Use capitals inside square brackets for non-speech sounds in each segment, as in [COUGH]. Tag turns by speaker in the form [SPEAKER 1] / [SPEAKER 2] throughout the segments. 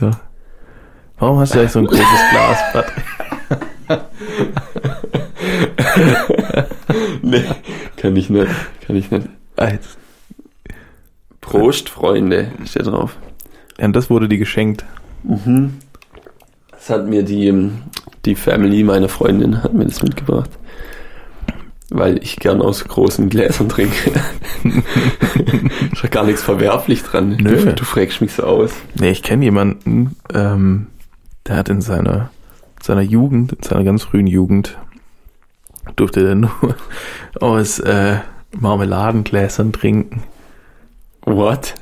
[SPEAKER 1] So. Warum hast du eigentlich so ein großes Glas, Patrick?
[SPEAKER 2] nee, kann ich nicht. Kann ich nicht.
[SPEAKER 1] Eins.
[SPEAKER 2] Prost, Freunde, steht drauf.
[SPEAKER 1] Ja, Und das wurde dir geschenkt.
[SPEAKER 2] Mhm. Das hat mir die, ähm, die Family meiner Freundin hat mir das mitgebracht. Weil ich gern aus großen Gläsern trinke. [LAUGHS] ist ja gar nichts verwerflich dran.
[SPEAKER 1] Nö.
[SPEAKER 2] Du, du fragst mich so aus.
[SPEAKER 1] Nee, ich kenne jemanden, ähm, der hat in seiner, seiner Jugend, in seiner ganz frühen Jugend, durfte der nur [LAUGHS] aus äh, Marmeladengläsern trinken,
[SPEAKER 2] What?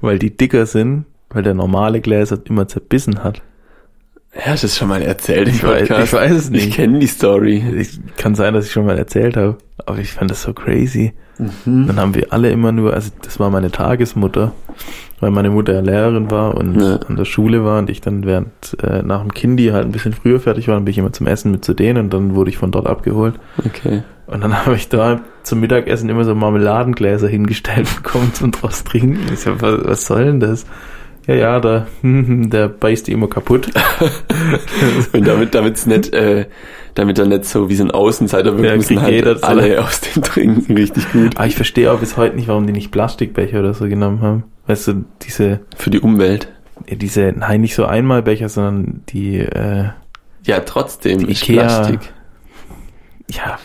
[SPEAKER 1] weil die dicker sind, weil der normale Gläser immer zerbissen hat.
[SPEAKER 2] Ja, das ist schon mal erzählt.
[SPEAKER 1] Ich weiß- ich weiß es nicht.
[SPEAKER 2] Ich kenne die Story.
[SPEAKER 1] Ich, kann sein, dass ich schon mal erzählt habe, aber ich fand das so crazy.
[SPEAKER 2] Mhm.
[SPEAKER 1] Mhm. Dann haben wir alle immer nur, also das war meine Tagesmutter, weil meine Mutter ja Lehrerin war und
[SPEAKER 2] Ja.
[SPEAKER 1] an der Schule war und ich dann während äh, nach dem Kindi halt ein bisschen früher fertig war, dann bin ich immer zum Essen mit zu denen und dann wurde ich von dort abgeholt.
[SPEAKER 2] Okay.
[SPEAKER 1] Und dann [LAUGHS] habe ich da zum Mittagessen immer so Marmeladengläser hingestellt bekommen zum draus trinken. Ich so, was, was soll denn das? Ja, ja, da, [LAUGHS] der beißt die immer kaputt.
[SPEAKER 2] [LAUGHS] Und damit, damit's nicht, äh, damit er nicht so wie so ein Außenseiter wirkt,
[SPEAKER 1] Ja,
[SPEAKER 2] müssen
[SPEAKER 1] kriegt
[SPEAKER 2] halt
[SPEAKER 1] jeder so-
[SPEAKER 2] alle aus dem trinken richtig gut.
[SPEAKER 1] Aber ich verstehe auch bis heute nicht, warum die nicht Plastikbecher oder so genommen haben. Weißt du, diese,
[SPEAKER 2] Für die Umwelt.
[SPEAKER 1] diese, nein, nicht so Einmalbecher, sondern die, äh,
[SPEAKER 2] Ja, trotzdem
[SPEAKER 1] Die
[SPEAKER 2] ist
[SPEAKER 1] Ikea-
[SPEAKER 2] Plastik.
[SPEAKER 1] ja,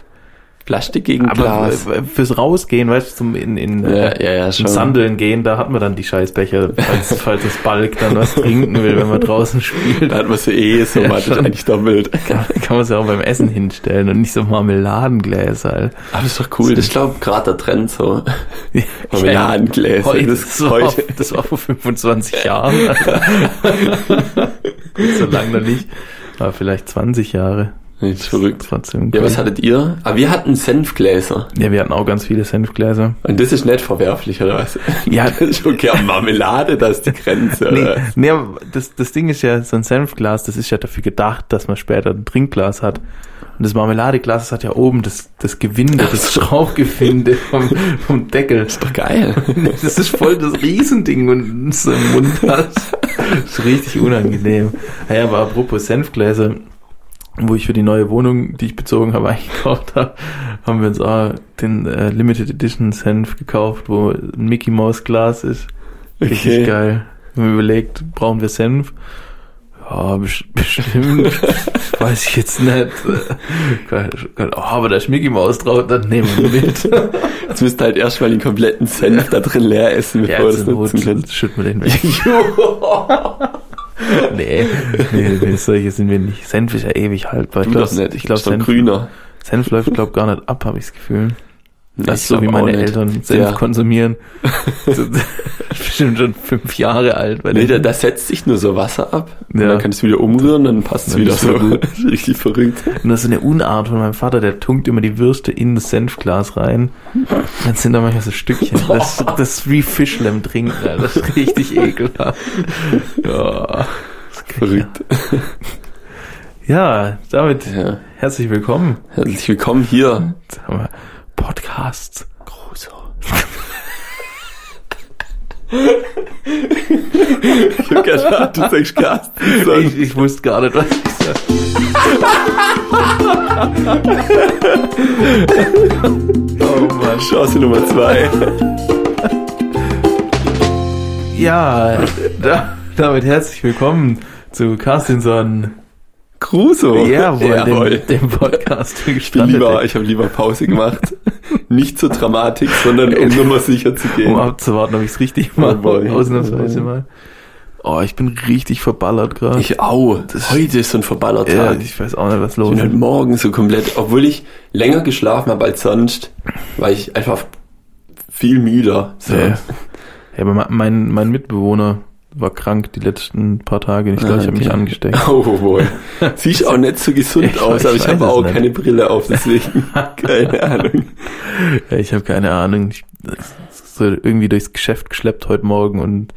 [SPEAKER 2] Plastik gegen
[SPEAKER 1] aber
[SPEAKER 2] Glas.
[SPEAKER 1] w- w- fürs Rausgehen, weißt du, zum in, in,
[SPEAKER 2] Ja,
[SPEAKER 1] äh,
[SPEAKER 2] ja, ja,
[SPEAKER 1] zum
[SPEAKER 2] schon.
[SPEAKER 1] Sandeln gehen, da hat man dann die
[SPEAKER 2] [LAUGHS]
[SPEAKER 1] Scheißbecher, falls, falls das Balk dann was trinken will, wenn man draußen spielt.
[SPEAKER 2] Da hat man sie
[SPEAKER 1] [LAUGHS]
[SPEAKER 2] eh so,
[SPEAKER 1] Ja,
[SPEAKER 2] man hat das
[SPEAKER 1] schon.
[SPEAKER 2] eigentlich doppelt.
[SPEAKER 1] Kann, kann man es ja auch beim Essen hinstellen und nicht so Marmeladengläser.
[SPEAKER 2] [LAUGHS]
[SPEAKER 1] Alter.
[SPEAKER 2] Aber ist doch cool. Ich glaube, gerade der
[SPEAKER 1] [LAUGHS]
[SPEAKER 2] Trend so.
[SPEAKER 1] Ja,
[SPEAKER 2] Marmeladengläser.
[SPEAKER 1] heute,
[SPEAKER 2] das
[SPEAKER 1] das,
[SPEAKER 2] ist
[SPEAKER 1] war,
[SPEAKER 2] heute.
[SPEAKER 1] das war vor 25
[SPEAKER 2] [LAUGHS]
[SPEAKER 1] Jahren. Alter. so lange noch nicht. Aber vielleicht 20 Jahre.
[SPEAKER 2] Das ist verrückt.
[SPEAKER 1] Trotzdem.
[SPEAKER 2] Ja,
[SPEAKER 1] cool.
[SPEAKER 2] was hattet ihr? Ah, wir hatten Senfgläser.
[SPEAKER 1] ja, wir hatten auch ganz viele Senfgläser.
[SPEAKER 2] Und das ist nicht verwerflich, oder was?
[SPEAKER 1] Ja.
[SPEAKER 2] [LAUGHS] Das ist okay, aber Marmelade, da ist die Grenze.
[SPEAKER 1] Nee,
[SPEAKER 2] oder was?
[SPEAKER 1] nee aber das, das Ding ist ja, so ein Senfglas, das ist ja dafür gedacht, dass man später ein Trinkglas hat. Und das Marmeladeglas, das hat ja oben das, das Gewinde, das Schrauchgewinde vom, vom Deckel.
[SPEAKER 2] Ist doch geil.
[SPEAKER 1] [LAUGHS] Das ist voll das Riesending, wenn du es im Mund hast. Das ist richtig unangenehm. Naja, aber apropos Senfgläser, wo ich für die neue Wohnung, die ich bezogen habe, [LAUGHS] eingekauft habe, haben wir uns auch den äh, Limited Edition Senf gekauft, wo ein Mickey Mouse Glas ist. Richtig
[SPEAKER 2] Okay.
[SPEAKER 1] geil. Wenn man überlegt, brauchen wir Senf? Ja, best- [LAUGHS] bestimmt. Weiß ich jetzt nicht. Geil. Geil. Oh, aber da ist Mickey Mouse drauf, dann nehmen wir
[SPEAKER 2] [LAUGHS]
[SPEAKER 1] mit.
[SPEAKER 2] Jetzt müsst ihr halt erstmal den kompletten Senf da drin leer essen, bevor ihr das nutzen
[SPEAKER 1] [LAUGHS]
[SPEAKER 2] könnt.
[SPEAKER 1] schütten wir den weg. Nee, nee, nee, solche sind wir nicht. Senf ist ja ewig haltbar. Ich
[SPEAKER 2] Du
[SPEAKER 1] glaub,
[SPEAKER 2] doch nicht. Ich
[SPEAKER 1] glaub,
[SPEAKER 2] glaube, so ein
[SPEAKER 1] Senf,
[SPEAKER 2] grüner.
[SPEAKER 1] Senf läuft, glaube gar nicht ab, habe ich das Gefühl.
[SPEAKER 2] Nee,
[SPEAKER 1] Das
[SPEAKER 2] ich
[SPEAKER 1] ist so
[SPEAKER 2] glaub
[SPEAKER 1] wie
[SPEAKER 2] auch
[SPEAKER 1] meine
[SPEAKER 2] nicht.
[SPEAKER 1] Eltern Senf
[SPEAKER 2] Ja. [LAUGHS]
[SPEAKER 1] konsumieren. [LAUGHS] Das ist Bestimmt schon fünf Jahre alt. Weil
[SPEAKER 2] Nee, da,
[SPEAKER 1] der-
[SPEAKER 2] da setzt sich nur so Wasser ab. Und
[SPEAKER 1] Ja.
[SPEAKER 2] dann kannst du wieder umrühren, dann passt es
[SPEAKER 1] Dann
[SPEAKER 2] wieder
[SPEAKER 1] ist
[SPEAKER 2] so.
[SPEAKER 1] wieder gut.
[SPEAKER 2] Das ist [LAUGHS] Richtig verrückt.
[SPEAKER 1] Und das ist so eine Unart von meinem Vater, der tunkt immer die Würste in das Senfglas rein. Dann sind da manchmal so
[SPEAKER 2] [LAUGHS]
[SPEAKER 1] Stückchen. Das, das ist wie Fischle im Trinken, Alter. das ist richtig ekelhaft. Ja,
[SPEAKER 2] Verrückt.
[SPEAKER 1] ja damit
[SPEAKER 2] Ja.
[SPEAKER 1] herzlich willkommen
[SPEAKER 2] Herzlich willkommen
[SPEAKER 1] [LAUGHS]
[SPEAKER 2] hier.
[SPEAKER 1] zum Podcast.
[SPEAKER 2] Großer. ich hab gedacht, du sagst Gast.
[SPEAKER 1] Ich, ich wusste gar nicht, was ich sage.
[SPEAKER 2] Oh Mann. Chance Nummer zwei.
[SPEAKER 1] Ja, da, damit herzlich willkommen zu Carstinson.
[SPEAKER 2] Crusoe.
[SPEAKER 1] Jawohl,
[SPEAKER 2] Oh, Jawohl.
[SPEAKER 1] dem, dem Podcast.
[SPEAKER 2] Ich bin lieber, ich habe lieber
[SPEAKER 1] [LAUGHS]
[SPEAKER 2] Pause gemacht. Nicht zur Dramatik, sondern um nochmal sicher zu gehen.
[SPEAKER 1] um abzuwarten, ob ich es richtig mache.
[SPEAKER 2] Jawohl.
[SPEAKER 1] Ausnahmsweise mal. Oh, ich bin richtig verballert gerade.
[SPEAKER 2] Ich au. heute ist so ein verballerter
[SPEAKER 1] ja,
[SPEAKER 2] Tag.
[SPEAKER 1] ich halt weiß auch nicht, was los
[SPEAKER 2] bin heute
[SPEAKER 1] ist.
[SPEAKER 2] Morgen halt so komplett, obwohl ich länger geschlafen habe als sonst, war ich einfach viel müder. So. [LAUGHS]
[SPEAKER 1] Ja, ja aber me- mein, mein Mitbewohner war krank die letzten paar Tage. Ich glaube, ich habe mich
[SPEAKER 2] Okay.
[SPEAKER 1] angesteckt.
[SPEAKER 2] Oh, boy. Sieht auch nicht so gesund
[SPEAKER 1] Ich
[SPEAKER 2] aus,
[SPEAKER 1] weiß- ich
[SPEAKER 2] aber ich
[SPEAKER 1] weiß
[SPEAKER 2] habe
[SPEAKER 1] es
[SPEAKER 2] auch
[SPEAKER 1] nicht.
[SPEAKER 2] keine Brille auf,
[SPEAKER 1] [LAUGHS]
[SPEAKER 2] deswegen keine Ahnung.
[SPEAKER 1] [LAUGHS] Ja, ich habe keine Ahnung. Ich so irgendwie durchs Geschäft geschleppt heute Morgen und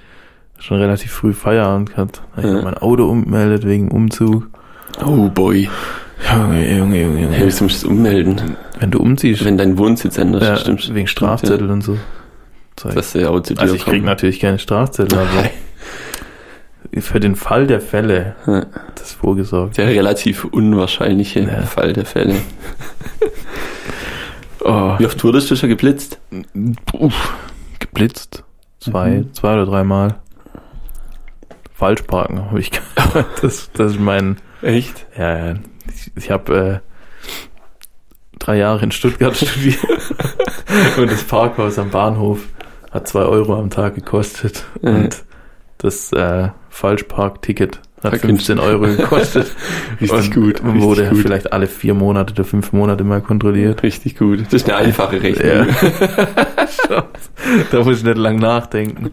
[SPEAKER 1] schon relativ früh Feierabend gehabt. Hab Ich
[SPEAKER 2] Ja.
[SPEAKER 1] hab mein Auto umgemeldet wegen Umzug.
[SPEAKER 2] Oh boy.
[SPEAKER 1] Junge, Junge, Junge,
[SPEAKER 2] Hey, du musst es ummelden,
[SPEAKER 1] Wenn du umziehst,
[SPEAKER 2] wenn dein Wohnsitz änderst,
[SPEAKER 1] ja,
[SPEAKER 2] stimmt.
[SPEAKER 1] wegen Strafzettel und so. Zeug.
[SPEAKER 2] Dass der auch zu dir
[SPEAKER 1] also ich krieg
[SPEAKER 2] kommt.
[SPEAKER 1] natürlich keine Strafzettel, aber [LAUGHS]
[SPEAKER 2] Nein.
[SPEAKER 1] für den Fall der Fälle
[SPEAKER 2] Ja.
[SPEAKER 1] das vorgesorgt.
[SPEAKER 2] Der relativ unwahrscheinliche
[SPEAKER 1] Ja.
[SPEAKER 2] Fall der Fälle.
[SPEAKER 1] [LAUGHS] Oh,
[SPEAKER 2] Wie oft wurdest du schon geblitzt?
[SPEAKER 1] uff, geblitzt. Zwei,
[SPEAKER 2] Mhm.
[SPEAKER 1] zwei oder dreimal. Falsch parken habe ich [LAUGHS] gehört. Das, das ist mein,
[SPEAKER 2] Echt?
[SPEAKER 1] ja, ja. Ich, ich habe äh, drei Jahre in Stuttgart [LAUGHS] studiert und das Parkhaus am Bahnhof hat zwei Euro am Tag gekostet
[SPEAKER 2] Ja.
[SPEAKER 1] und das äh, Falschparkticket hat
[SPEAKER 2] Fucking-
[SPEAKER 1] 15 Euro gekostet.
[SPEAKER 2] [LAUGHS] Richtig
[SPEAKER 1] und
[SPEAKER 2] gut. Richtig
[SPEAKER 1] wurde
[SPEAKER 2] gut.
[SPEAKER 1] vielleicht alle vier Monate oder fünf Monate mal kontrolliert.
[SPEAKER 2] Richtig gut. Das ist eine einfache Rechnung.
[SPEAKER 1] Ja.
[SPEAKER 2] [LAUGHS]
[SPEAKER 1] [LAUGHS] da muss ich nicht lang nachdenken.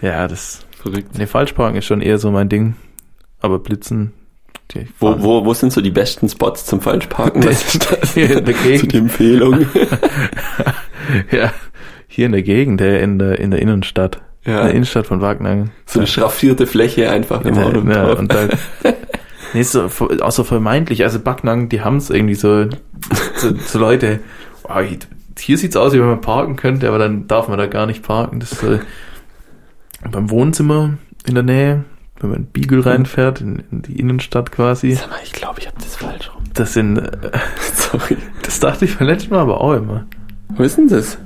[SPEAKER 1] ja, das.
[SPEAKER 2] Verrückt.
[SPEAKER 1] Nee, Falschparken ist schon eher so mein Ding. Aber Blitzen. die
[SPEAKER 2] Wo,
[SPEAKER 1] fahren-
[SPEAKER 2] wo, wo sind so die besten Spots zum Falschparken?
[SPEAKER 1] Das
[SPEAKER 2] Was [LAUGHS] ist
[SPEAKER 1] [LAUGHS]
[SPEAKER 2] das?
[SPEAKER 1] hier in der
[SPEAKER 2] So
[SPEAKER 1] Gegend.
[SPEAKER 2] die Empfehlung.
[SPEAKER 1] Ja, hier in der Gegend, äh, in der, in der Innenstadt. In der
[SPEAKER 2] Ja.
[SPEAKER 1] Innenstadt von Wagnern.
[SPEAKER 2] So eine schraffierte Fläche einfach im Auto
[SPEAKER 1] ja,
[SPEAKER 2] drauf.
[SPEAKER 1] und da,
[SPEAKER 2] [LAUGHS]
[SPEAKER 1] nee, so, auch so vermeintlich. Also Backnang, die haben es irgendwie so zu, zu Leute. Oh, hier- hier sieht's aus, wie wenn man parken könnte, aber dann darf man da gar nicht parken. Das ist, äh, beim Wohnzimmer in der Nähe, wenn man einen
[SPEAKER 2] Mhm.
[SPEAKER 1] Beagle reinfährt, in, in die Innenstadt quasi.
[SPEAKER 2] Sag mal, ich glaube, ich habe das falsch rum. [LAUGHS]
[SPEAKER 1] Das sind, äh, [LAUGHS]
[SPEAKER 2] Sorry.
[SPEAKER 1] das dachte ich beim letzten Mal aber auch immer.
[SPEAKER 2] Wo ist denn das?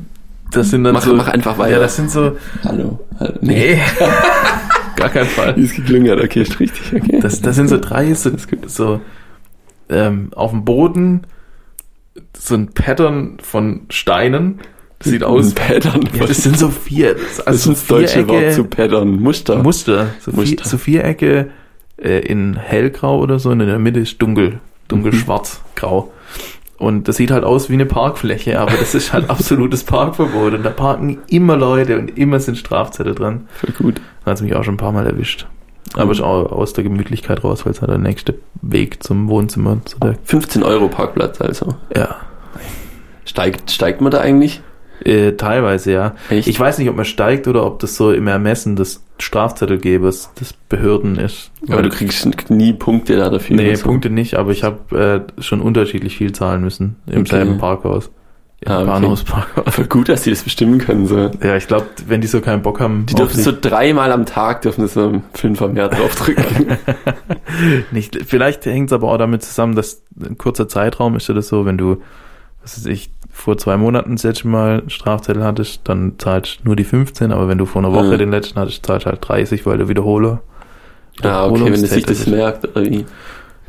[SPEAKER 1] Das sind dann
[SPEAKER 2] Mach,
[SPEAKER 1] so,
[SPEAKER 2] mach einfach weiter.
[SPEAKER 1] ja, das sind so,
[SPEAKER 2] hallo. hallo.
[SPEAKER 1] nee, [LAUGHS] gar kein Fall.
[SPEAKER 2] Wie es geklingert. Okay, ist richtig. Okay.
[SPEAKER 1] Das, das sind so drei, so, so ähm, auf dem Boden so ein Pattern von Steinen. Das sieht aus.
[SPEAKER 2] Ein Pattern.
[SPEAKER 1] Ja, das sind so vier. Das, [LAUGHS] also
[SPEAKER 2] Das ist das
[SPEAKER 1] so
[SPEAKER 2] deutsche Wort zu
[SPEAKER 1] Vierecke-
[SPEAKER 2] Pattern. Muster.
[SPEAKER 1] Muster. So,
[SPEAKER 2] Muster.
[SPEAKER 1] Vier, so Vierecke äh, in hellgrau oder so und in der Mitte ist dunkel. Dunkel-schwarz-grau. Und das sieht halt aus wie eine Parkfläche, aber das ist [LAUGHS] halt absolutes Parkverbot. Und da parken immer Leute und immer sind Strafzettel dran.
[SPEAKER 2] Voll gut.
[SPEAKER 1] Da hat mich auch schon ein paar Mal erwischt. Aber
[SPEAKER 2] Mhm.
[SPEAKER 1] ist auch aus der Gemütlichkeit raus, weil es halt der nächste Weg zum Wohnzimmer zu der.
[SPEAKER 2] 15 Euro Parkplatz also.
[SPEAKER 1] Ja.
[SPEAKER 2] Steigt, steigt man da eigentlich?
[SPEAKER 1] Äh, teilweise, ja.
[SPEAKER 2] Echt?
[SPEAKER 1] Ich weiß nicht, ob man steigt oder ob das so im Ermessen des Strafzettelgebers, des Behörden ist.
[SPEAKER 2] aber du kriegst nie Punkte da dafür.
[SPEAKER 1] nee,
[SPEAKER 2] oder so.
[SPEAKER 1] Punkte nicht, aber ich habe äh, schon unterschiedlich viel zahlen müssen im
[SPEAKER 2] Okay.
[SPEAKER 1] selben Parkhaus. Im
[SPEAKER 2] Ah, okay.
[SPEAKER 1] Bahnhofsparkhaus.
[SPEAKER 2] Voll gut, dass die das bestimmen können. So.
[SPEAKER 1] Ja, ich glaube, wenn die so keinen Bock haben,
[SPEAKER 2] Die dürfen
[SPEAKER 1] auf
[SPEAKER 2] so dreimal am Tag dürfen das so einen Fünfer
[SPEAKER 1] [LAUGHS]
[SPEAKER 2] mehr draufdrücken.
[SPEAKER 1] Nicht, vielleicht hängt es aber auch damit zusammen, dass ein kurzer Zeitraum ist ja das so, wenn du, was weiß ich, vor zwei Monaten das letzte Mal einen Strafzettel hattest, dann zahlst du nur die 15, aber wenn du vor einer Woche
[SPEAKER 2] Ja.
[SPEAKER 1] den letzten hattest, zahlst du halt 30, weil du Wiederholer.
[SPEAKER 2] ah, okay, wenn das
[SPEAKER 1] Wiederholungstäter
[SPEAKER 2] sich das
[SPEAKER 1] bist.
[SPEAKER 2] merkt. Oder wie.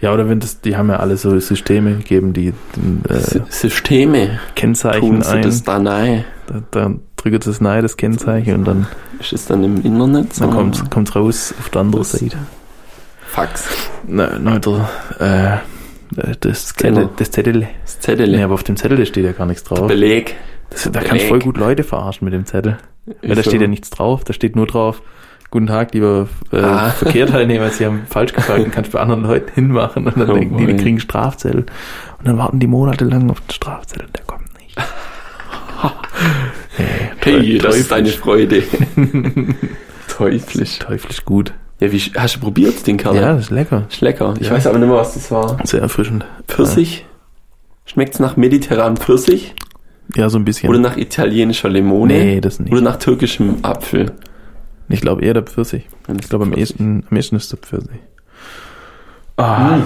[SPEAKER 1] Ja, oder wenn das, die haben ja alle so Systeme gegeben, die den, äh,
[SPEAKER 2] S- Systeme
[SPEAKER 1] Kennzeichen
[SPEAKER 2] tun sie
[SPEAKER 1] ein,
[SPEAKER 2] das da nein.
[SPEAKER 1] da, da drückt das nein, das Kennzeichen, und dann,
[SPEAKER 2] Ist das dann im Internet? Ah,
[SPEAKER 1] dann
[SPEAKER 2] so?
[SPEAKER 1] kommt's, kommt's raus auf der anderen
[SPEAKER 2] Oh. Das-
[SPEAKER 1] Seite.
[SPEAKER 2] Fax.
[SPEAKER 1] Nein, nein, der, äh, das Zettel,
[SPEAKER 2] Zettel.
[SPEAKER 1] das Zettel.
[SPEAKER 2] Das Zettel.
[SPEAKER 1] Nee, aber auf dem Zettel da steht ja gar nichts drauf.
[SPEAKER 2] Beleg.
[SPEAKER 1] Das, da kannst
[SPEAKER 2] Beleg.
[SPEAKER 1] voll gut Leute verarschen mit dem Zettel. Weil da
[SPEAKER 2] Ist so.
[SPEAKER 1] steht ja nichts drauf, da steht nur drauf, guten Tag, lieber äh, [LAUGHS]
[SPEAKER 2] Ah.
[SPEAKER 1] Verkehrteilnehmer, Sie haben falsch gefragt und kannst bei anderen Leuten hinmachen und dann
[SPEAKER 2] [LAUGHS] Oh
[SPEAKER 1] denken die, die
[SPEAKER 2] boy.
[SPEAKER 1] kriegen Strafzettel. Und dann warten die monatelang auf den Strafzettel, der kommt
[SPEAKER 2] [LAUGHS]
[SPEAKER 1] nicht. hey,
[SPEAKER 2] Hey, das ist eine
[SPEAKER 1] teuflisch,
[SPEAKER 2] Freude.
[SPEAKER 1] [LAUGHS]
[SPEAKER 2] Teuflisch.
[SPEAKER 1] teuflisch gut.
[SPEAKER 2] Ja, wie, sch- hast du probiert den Kerl?
[SPEAKER 1] Ja, das ist lecker.
[SPEAKER 2] Ist lecker. Ich
[SPEAKER 1] Ja.
[SPEAKER 2] weiß aber nicht mehr, was das war.
[SPEAKER 1] Sehr erfrischend.
[SPEAKER 2] Pfirsich? Schmeckt's nach mediterranem Pfirsich?
[SPEAKER 1] Ja, so ein bisschen.
[SPEAKER 2] Oder nach italienischer Limone?
[SPEAKER 1] nee, das nicht.
[SPEAKER 2] Oder nach türkischem Apfel?
[SPEAKER 1] Ich glaube eher der Pfirsich. Ich glaube am ehesten, am ehesten ist der Pfirsich. Ah,
[SPEAKER 2] Ah.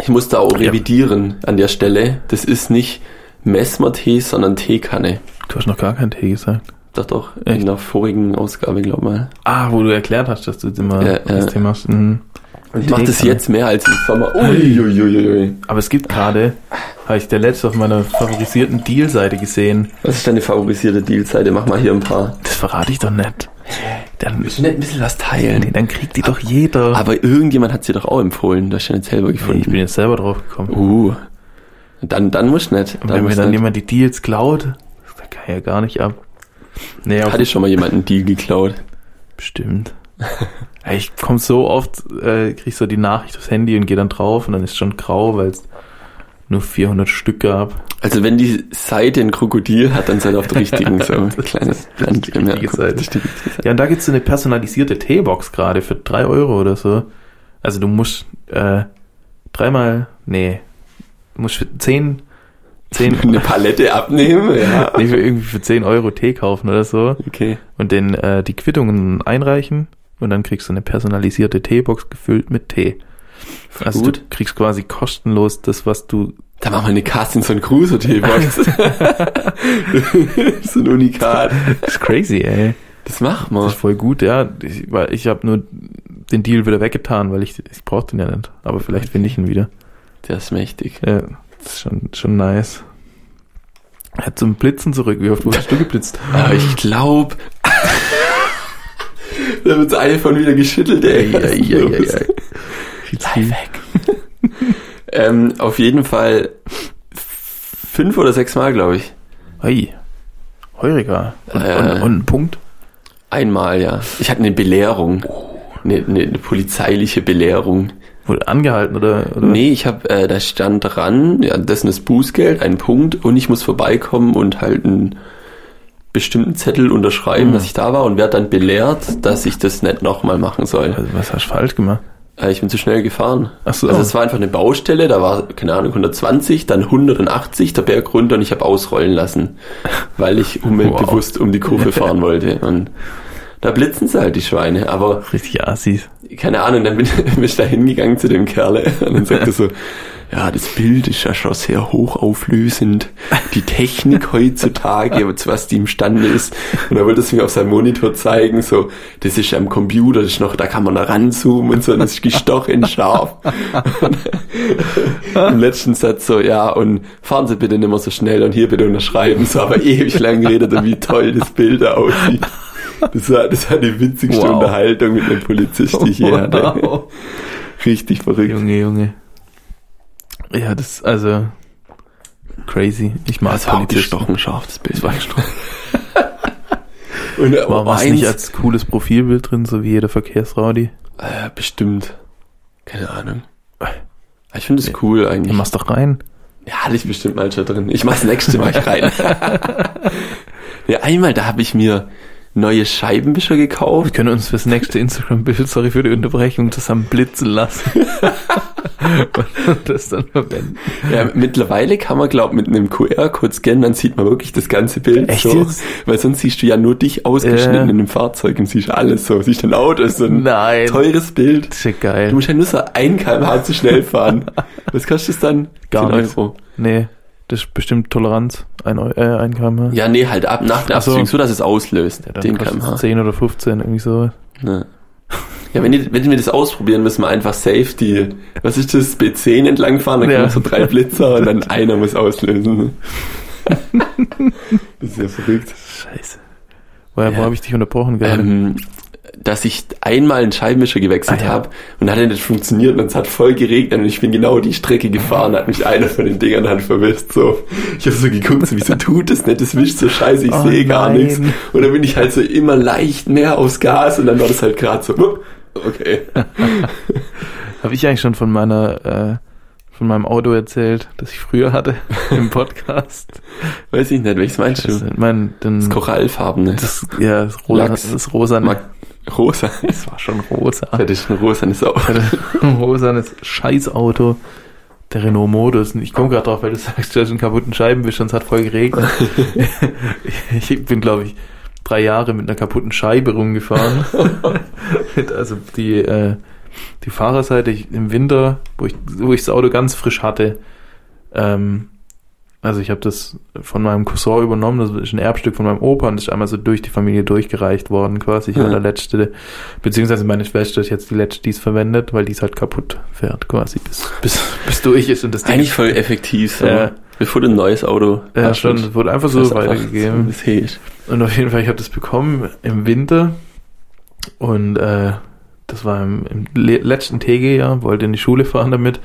[SPEAKER 2] Ich muss da auch
[SPEAKER 1] Ja.
[SPEAKER 2] revidieren an der Stelle. Das ist nicht Messmer-Tee, sondern Teekanne.
[SPEAKER 1] du hast noch gar keinen Tee gesagt.
[SPEAKER 2] Doch, doch.
[SPEAKER 1] Echt?
[SPEAKER 2] In der vorigen Ausgabe, glaub mal.
[SPEAKER 1] Ah, wo du erklärt hast, dass du immer
[SPEAKER 2] Ja,
[SPEAKER 1] das
[SPEAKER 2] ja.
[SPEAKER 1] Thema hast. Mhm.
[SPEAKER 2] Und ich mache das
[SPEAKER 1] Teekanne.
[SPEAKER 2] jetzt mehr als im Sommer. Uiuiuiui.
[SPEAKER 1] Aber es gibt gerade, habe ich der letzte auf meiner favorisierten Deal-Seite gesehen.
[SPEAKER 2] Was ist deine favorisierte Dealseite? Mach mal hier ein paar.
[SPEAKER 1] Das verrate ich doch nicht. Dann,
[SPEAKER 2] Müssen wir ein bisschen was
[SPEAKER 1] nee,
[SPEAKER 2] teilen?
[SPEAKER 1] dann kriegt die doch jeder.
[SPEAKER 2] Aber irgendjemand hat sie doch auch empfohlen. Du hast ja nicht selber
[SPEAKER 1] nee, ich
[SPEAKER 2] gefunden.
[SPEAKER 1] bin jetzt selber drauf gekommen.
[SPEAKER 2] Uh. Dann, dann musst du nicht.
[SPEAKER 1] Und wenn mir
[SPEAKER 2] musst
[SPEAKER 1] dann
[SPEAKER 2] nicht.
[SPEAKER 1] jemand die Deals klaut, das kann ja gar nicht ab. Nee, auf,
[SPEAKER 2] Hatte schon mal jemanden einen Deal geklaut. [LAUGHS]
[SPEAKER 1] bestimmt. Ja, ich komme so oft, äh, krieg so die Nachricht aufs Handy und gehe dann drauf und dann ist schon grau, weil es nur 400 Stück gab.
[SPEAKER 2] Also wenn die Seite ein Krokodil hat, dann seid ihr auf der richtigen. So ein kleines
[SPEAKER 1] [LAUGHS] das ist die
[SPEAKER 2] Randbemerkung.
[SPEAKER 1] richtige Seite.
[SPEAKER 2] Das ist die richtige Seite.
[SPEAKER 1] Ja, und da gibt's so eine personalisierte Teebox gerade für drei Euro oder so. Also du musst äh, dreimal, nee, du musst für zehn, zehn,
[SPEAKER 2] [LAUGHS] Eine Palette abnehmen, ja.
[SPEAKER 1] nee, für irgendwie für zehn Euro Tee kaufen oder so
[SPEAKER 2] Okay.
[SPEAKER 1] und den äh, die Quittungen einreichen und dann kriegst du eine personalisierte Teebox gefüllt mit Tee. Also
[SPEAKER 2] Gut.
[SPEAKER 1] du kriegst quasi kostenlos das, was du
[SPEAKER 2] Da machen wir eine Carstenson Crusoe [LAUGHS] Teebox. das ist ein Unikat.
[SPEAKER 1] Das ist crazy, ey.
[SPEAKER 2] Das machen
[SPEAKER 1] Das
[SPEAKER 2] wir.
[SPEAKER 1] ist voll gut, ja. Ich, weil ich habe nur den Deal wieder weggetan, weil ich, ich brauche den ja nicht. Aber vielleicht finde ich ihn wieder.
[SPEAKER 2] Der ist mächtig.
[SPEAKER 1] Ja, das ist schon, schon nice. Er hat zum Blitzen zurück. Wie oft wurdest du geblitzt?
[SPEAKER 2] Aber ich glaube. [LAUGHS] da wird das iPhone wieder geschüttelt, ey. Was ist los?
[SPEAKER 1] Lifehack.
[SPEAKER 2] [LAUGHS] Ähm, auf jeden Fall fünf oder sechs Mal, glaube ich.
[SPEAKER 1] Oi. Heuriger. Und,
[SPEAKER 2] Äh.
[SPEAKER 1] und, und ein Punkt.
[SPEAKER 2] Einmal, ja. Ich hatte eine Belehrung. Eine, eine, eine polizeiliche Belehrung.
[SPEAKER 1] Wurde angehalten oder? oder?
[SPEAKER 2] Nee, ich habe, äh, da stand dran, ja, das ist Bußgeld, ein Punkt und ich muss vorbeikommen und halt einen bestimmten Zettel unterschreiben,
[SPEAKER 1] Mhm.
[SPEAKER 2] dass ich da war und werde dann belehrt, dass ich das nicht nochmal machen soll.
[SPEAKER 1] Also, was hast du falsch gemacht?
[SPEAKER 2] Äh, ich bin zu schnell gefahren.
[SPEAKER 1] Ach so.
[SPEAKER 2] Also es war einfach eine Baustelle, da war, keine Ahnung, 120, dann 180 der Berg runter und ich habe ausrollen lassen, weil ich unbedingt
[SPEAKER 1] Wow.
[SPEAKER 2] bewusst um die Kurve fahren wollte. Und da blitzen sie halt die Schweine, aber
[SPEAKER 1] Richtig Assis.
[SPEAKER 2] keine Ahnung, dann bin, [LAUGHS] bin ich da hingegangen zu dem Kerle [LAUGHS] und dann sagt er so, ja, das Bild ist ja schon sehr hochauflösend. Die Technik heutzutage, zu was die imstande ist. Und er wollte es mir auf seinem Monitor zeigen, so, das ist am Computer, das ist noch, da kann man da ranzoomen und so, das ist gestochen scharf. Und Im letzten Satz so, ja, und fahren Sie bitte nicht mehr so schnell und hier bitte unterschreiben, so, aber ewig lang geredet und wie toll das Bild da aussieht. Das war, das war die witzigste
[SPEAKER 1] Wow.
[SPEAKER 2] Unterhaltung mit einem Polizist, die ich
[SPEAKER 1] [LAUGHS]
[SPEAKER 2] je hatte.
[SPEAKER 1] Wow.
[SPEAKER 2] Richtig verrückt.
[SPEAKER 1] Junge, Junge. Ja, das, also, crazy. Ich mag Polizisten.
[SPEAKER 2] scharf, das Bild. war gestochen. und
[SPEAKER 1] War
[SPEAKER 2] war
[SPEAKER 1] was
[SPEAKER 2] eins,
[SPEAKER 1] nicht als cooles Profilbild drin, so wie jeder Verkehrsraudi?
[SPEAKER 2] äh, bestimmt. Keine Ahnung. Aber Ich finde es cool
[SPEAKER 1] Ja,
[SPEAKER 2] eigentlich.
[SPEAKER 1] mach's doch rein.
[SPEAKER 2] Ja, hatte ich bestimmt mal schon drin. Ich mach's nächste
[SPEAKER 1] [LAUGHS]
[SPEAKER 2] Mal rein. ja, einmal, da habe ich mir neue Scheibenwischer
[SPEAKER 1] Wir
[SPEAKER 2] gekauft.
[SPEAKER 1] können uns fürs nächste Instagram-Bild, sorry für die Unterbrechung, das haben blitzen
[SPEAKER 2] [LAUGHS]
[SPEAKER 1] lassen. Und das dann verwenden.
[SPEAKER 2] Ja, mittlerweile kann man, glaube mit einem QR-Code scannen, dann sieht man wirklich das ganze Bild.
[SPEAKER 1] Echt
[SPEAKER 2] so.
[SPEAKER 1] jetzt?
[SPEAKER 2] Weil sonst siehst du ja nur dich ausgeschnitten
[SPEAKER 1] Ja.
[SPEAKER 2] in dem Fahrzeug und siehst alles so. Siehst dein Auto, ist so ein
[SPEAKER 1] Nein.
[SPEAKER 2] teures Bild.
[SPEAKER 1] Das ist ja
[SPEAKER 2] Du
[SPEAKER 1] geil.
[SPEAKER 2] musst ja nur so ein kmh zu
[SPEAKER 1] [LAUGHS]
[SPEAKER 2] schnell fahren. Was kostet es dann?
[SPEAKER 1] Gar
[SPEAKER 2] 10
[SPEAKER 1] nichts.
[SPEAKER 2] Euro.
[SPEAKER 1] Nee, das ist bestimmt Toleranz. Ein, Eu- äh, ein kmh.
[SPEAKER 2] Ja, nee, halt ab nach der
[SPEAKER 1] Ach so.
[SPEAKER 2] Abzügen, so dass es auslöst.
[SPEAKER 1] Ja, dann
[SPEAKER 2] den
[SPEAKER 1] kostet's
[SPEAKER 2] kmh.
[SPEAKER 1] 10 oder 15, irgendwie so.
[SPEAKER 2] Ja, ja wenn, die, wenn wir das ausprobieren, müssen wir einfach safe die, was ist das, B10 entlangfahren, dann
[SPEAKER 1] Ja.
[SPEAKER 2] kommen so drei Blitzer und dann einer muss auslösen.
[SPEAKER 1] [LAUGHS]
[SPEAKER 2] das ist ja verrückt.
[SPEAKER 1] Scheiße. Woher,
[SPEAKER 2] Ja.
[SPEAKER 1] Wo habe ich dich unterbrochen gerade?
[SPEAKER 2] Ähm, dass ich einmal einen Scheibenwischer gewechselt
[SPEAKER 1] Ah, ja.
[SPEAKER 2] habe und hat er nicht funktioniert und es hat voll geregnet und ich bin genau die Strecke gefahren, hat mich einer von den Dingern halt verwischt. So. Ich habe so geguckt, so, wieso tut es nicht, das wischt so scheiße, ich
[SPEAKER 1] Oh
[SPEAKER 2] sehe gar
[SPEAKER 1] nein.
[SPEAKER 2] nichts. Und dann bin ich halt so immer leicht mehr aufs Gas und dann war das halt gerade so, wupp, okay.
[SPEAKER 1] Habe ich eigentlich schon von meiner, äh, von meinem Auto erzählt, das ich früher
[SPEAKER 2] [LAUGHS]
[SPEAKER 1] hatte im Podcast?
[SPEAKER 2] Weiß ich nicht, welches meinst du?
[SPEAKER 1] Das, mein, den,
[SPEAKER 2] Das Korallfarbene.
[SPEAKER 1] das, ja, das rosa,
[SPEAKER 2] Lachs.
[SPEAKER 1] das rosa,
[SPEAKER 2] Mag [LAUGHS] rosa.
[SPEAKER 1] das war schon rosa. [LAUGHS]
[SPEAKER 2] Ja, das ist ein rosa Sau.
[SPEAKER 1] Ein rosanes Scheißauto. Der Renault Modus. Und Ich komme gerade drauf, weil du sagst, du hast einen kaputten Scheibenwischer und es hat voll geregnet. [LAUGHS] ich bin, glaube ich, drei Jahre mit einer kaputten Scheibe rumgefahren. Mit, also die, äh, die Fahrerseite ich, im Winter, wo ich, wo ich das Auto ganz frisch hatte. Ähm, also ich habe das von meinem Cousin übernommen, das ist ein Erbstück von meinem Opa und das ist einmal so durch die Familie durchgereicht worden quasi. Ich war
[SPEAKER 2] Ja.
[SPEAKER 1] der Letzte, Beziehungsweise meine Schwester ist jetzt die letzte, die es verwendet, weil die es halt kaputt fährt, quasi, bis, bis, bis durch ist und das
[SPEAKER 2] Eigentlich voll effektiv, so.
[SPEAKER 1] Ja.
[SPEAKER 2] Bevor du ein neues Auto
[SPEAKER 1] ja,
[SPEAKER 2] hast,
[SPEAKER 1] schon,
[SPEAKER 2] das
[SPEAKER 1] es wurde einfach so
[SPEAKER 2] ist einfach
[SPEAKER 1] weitergegeben.
[SPEAKER 2] so, das hilft.
[SPEAKER 1] Und auf jeden Fall, ich habe das bekommen im Winter und äh, das war im, im le- letzten TG-Jahr, wollte in die Schule fahren damit.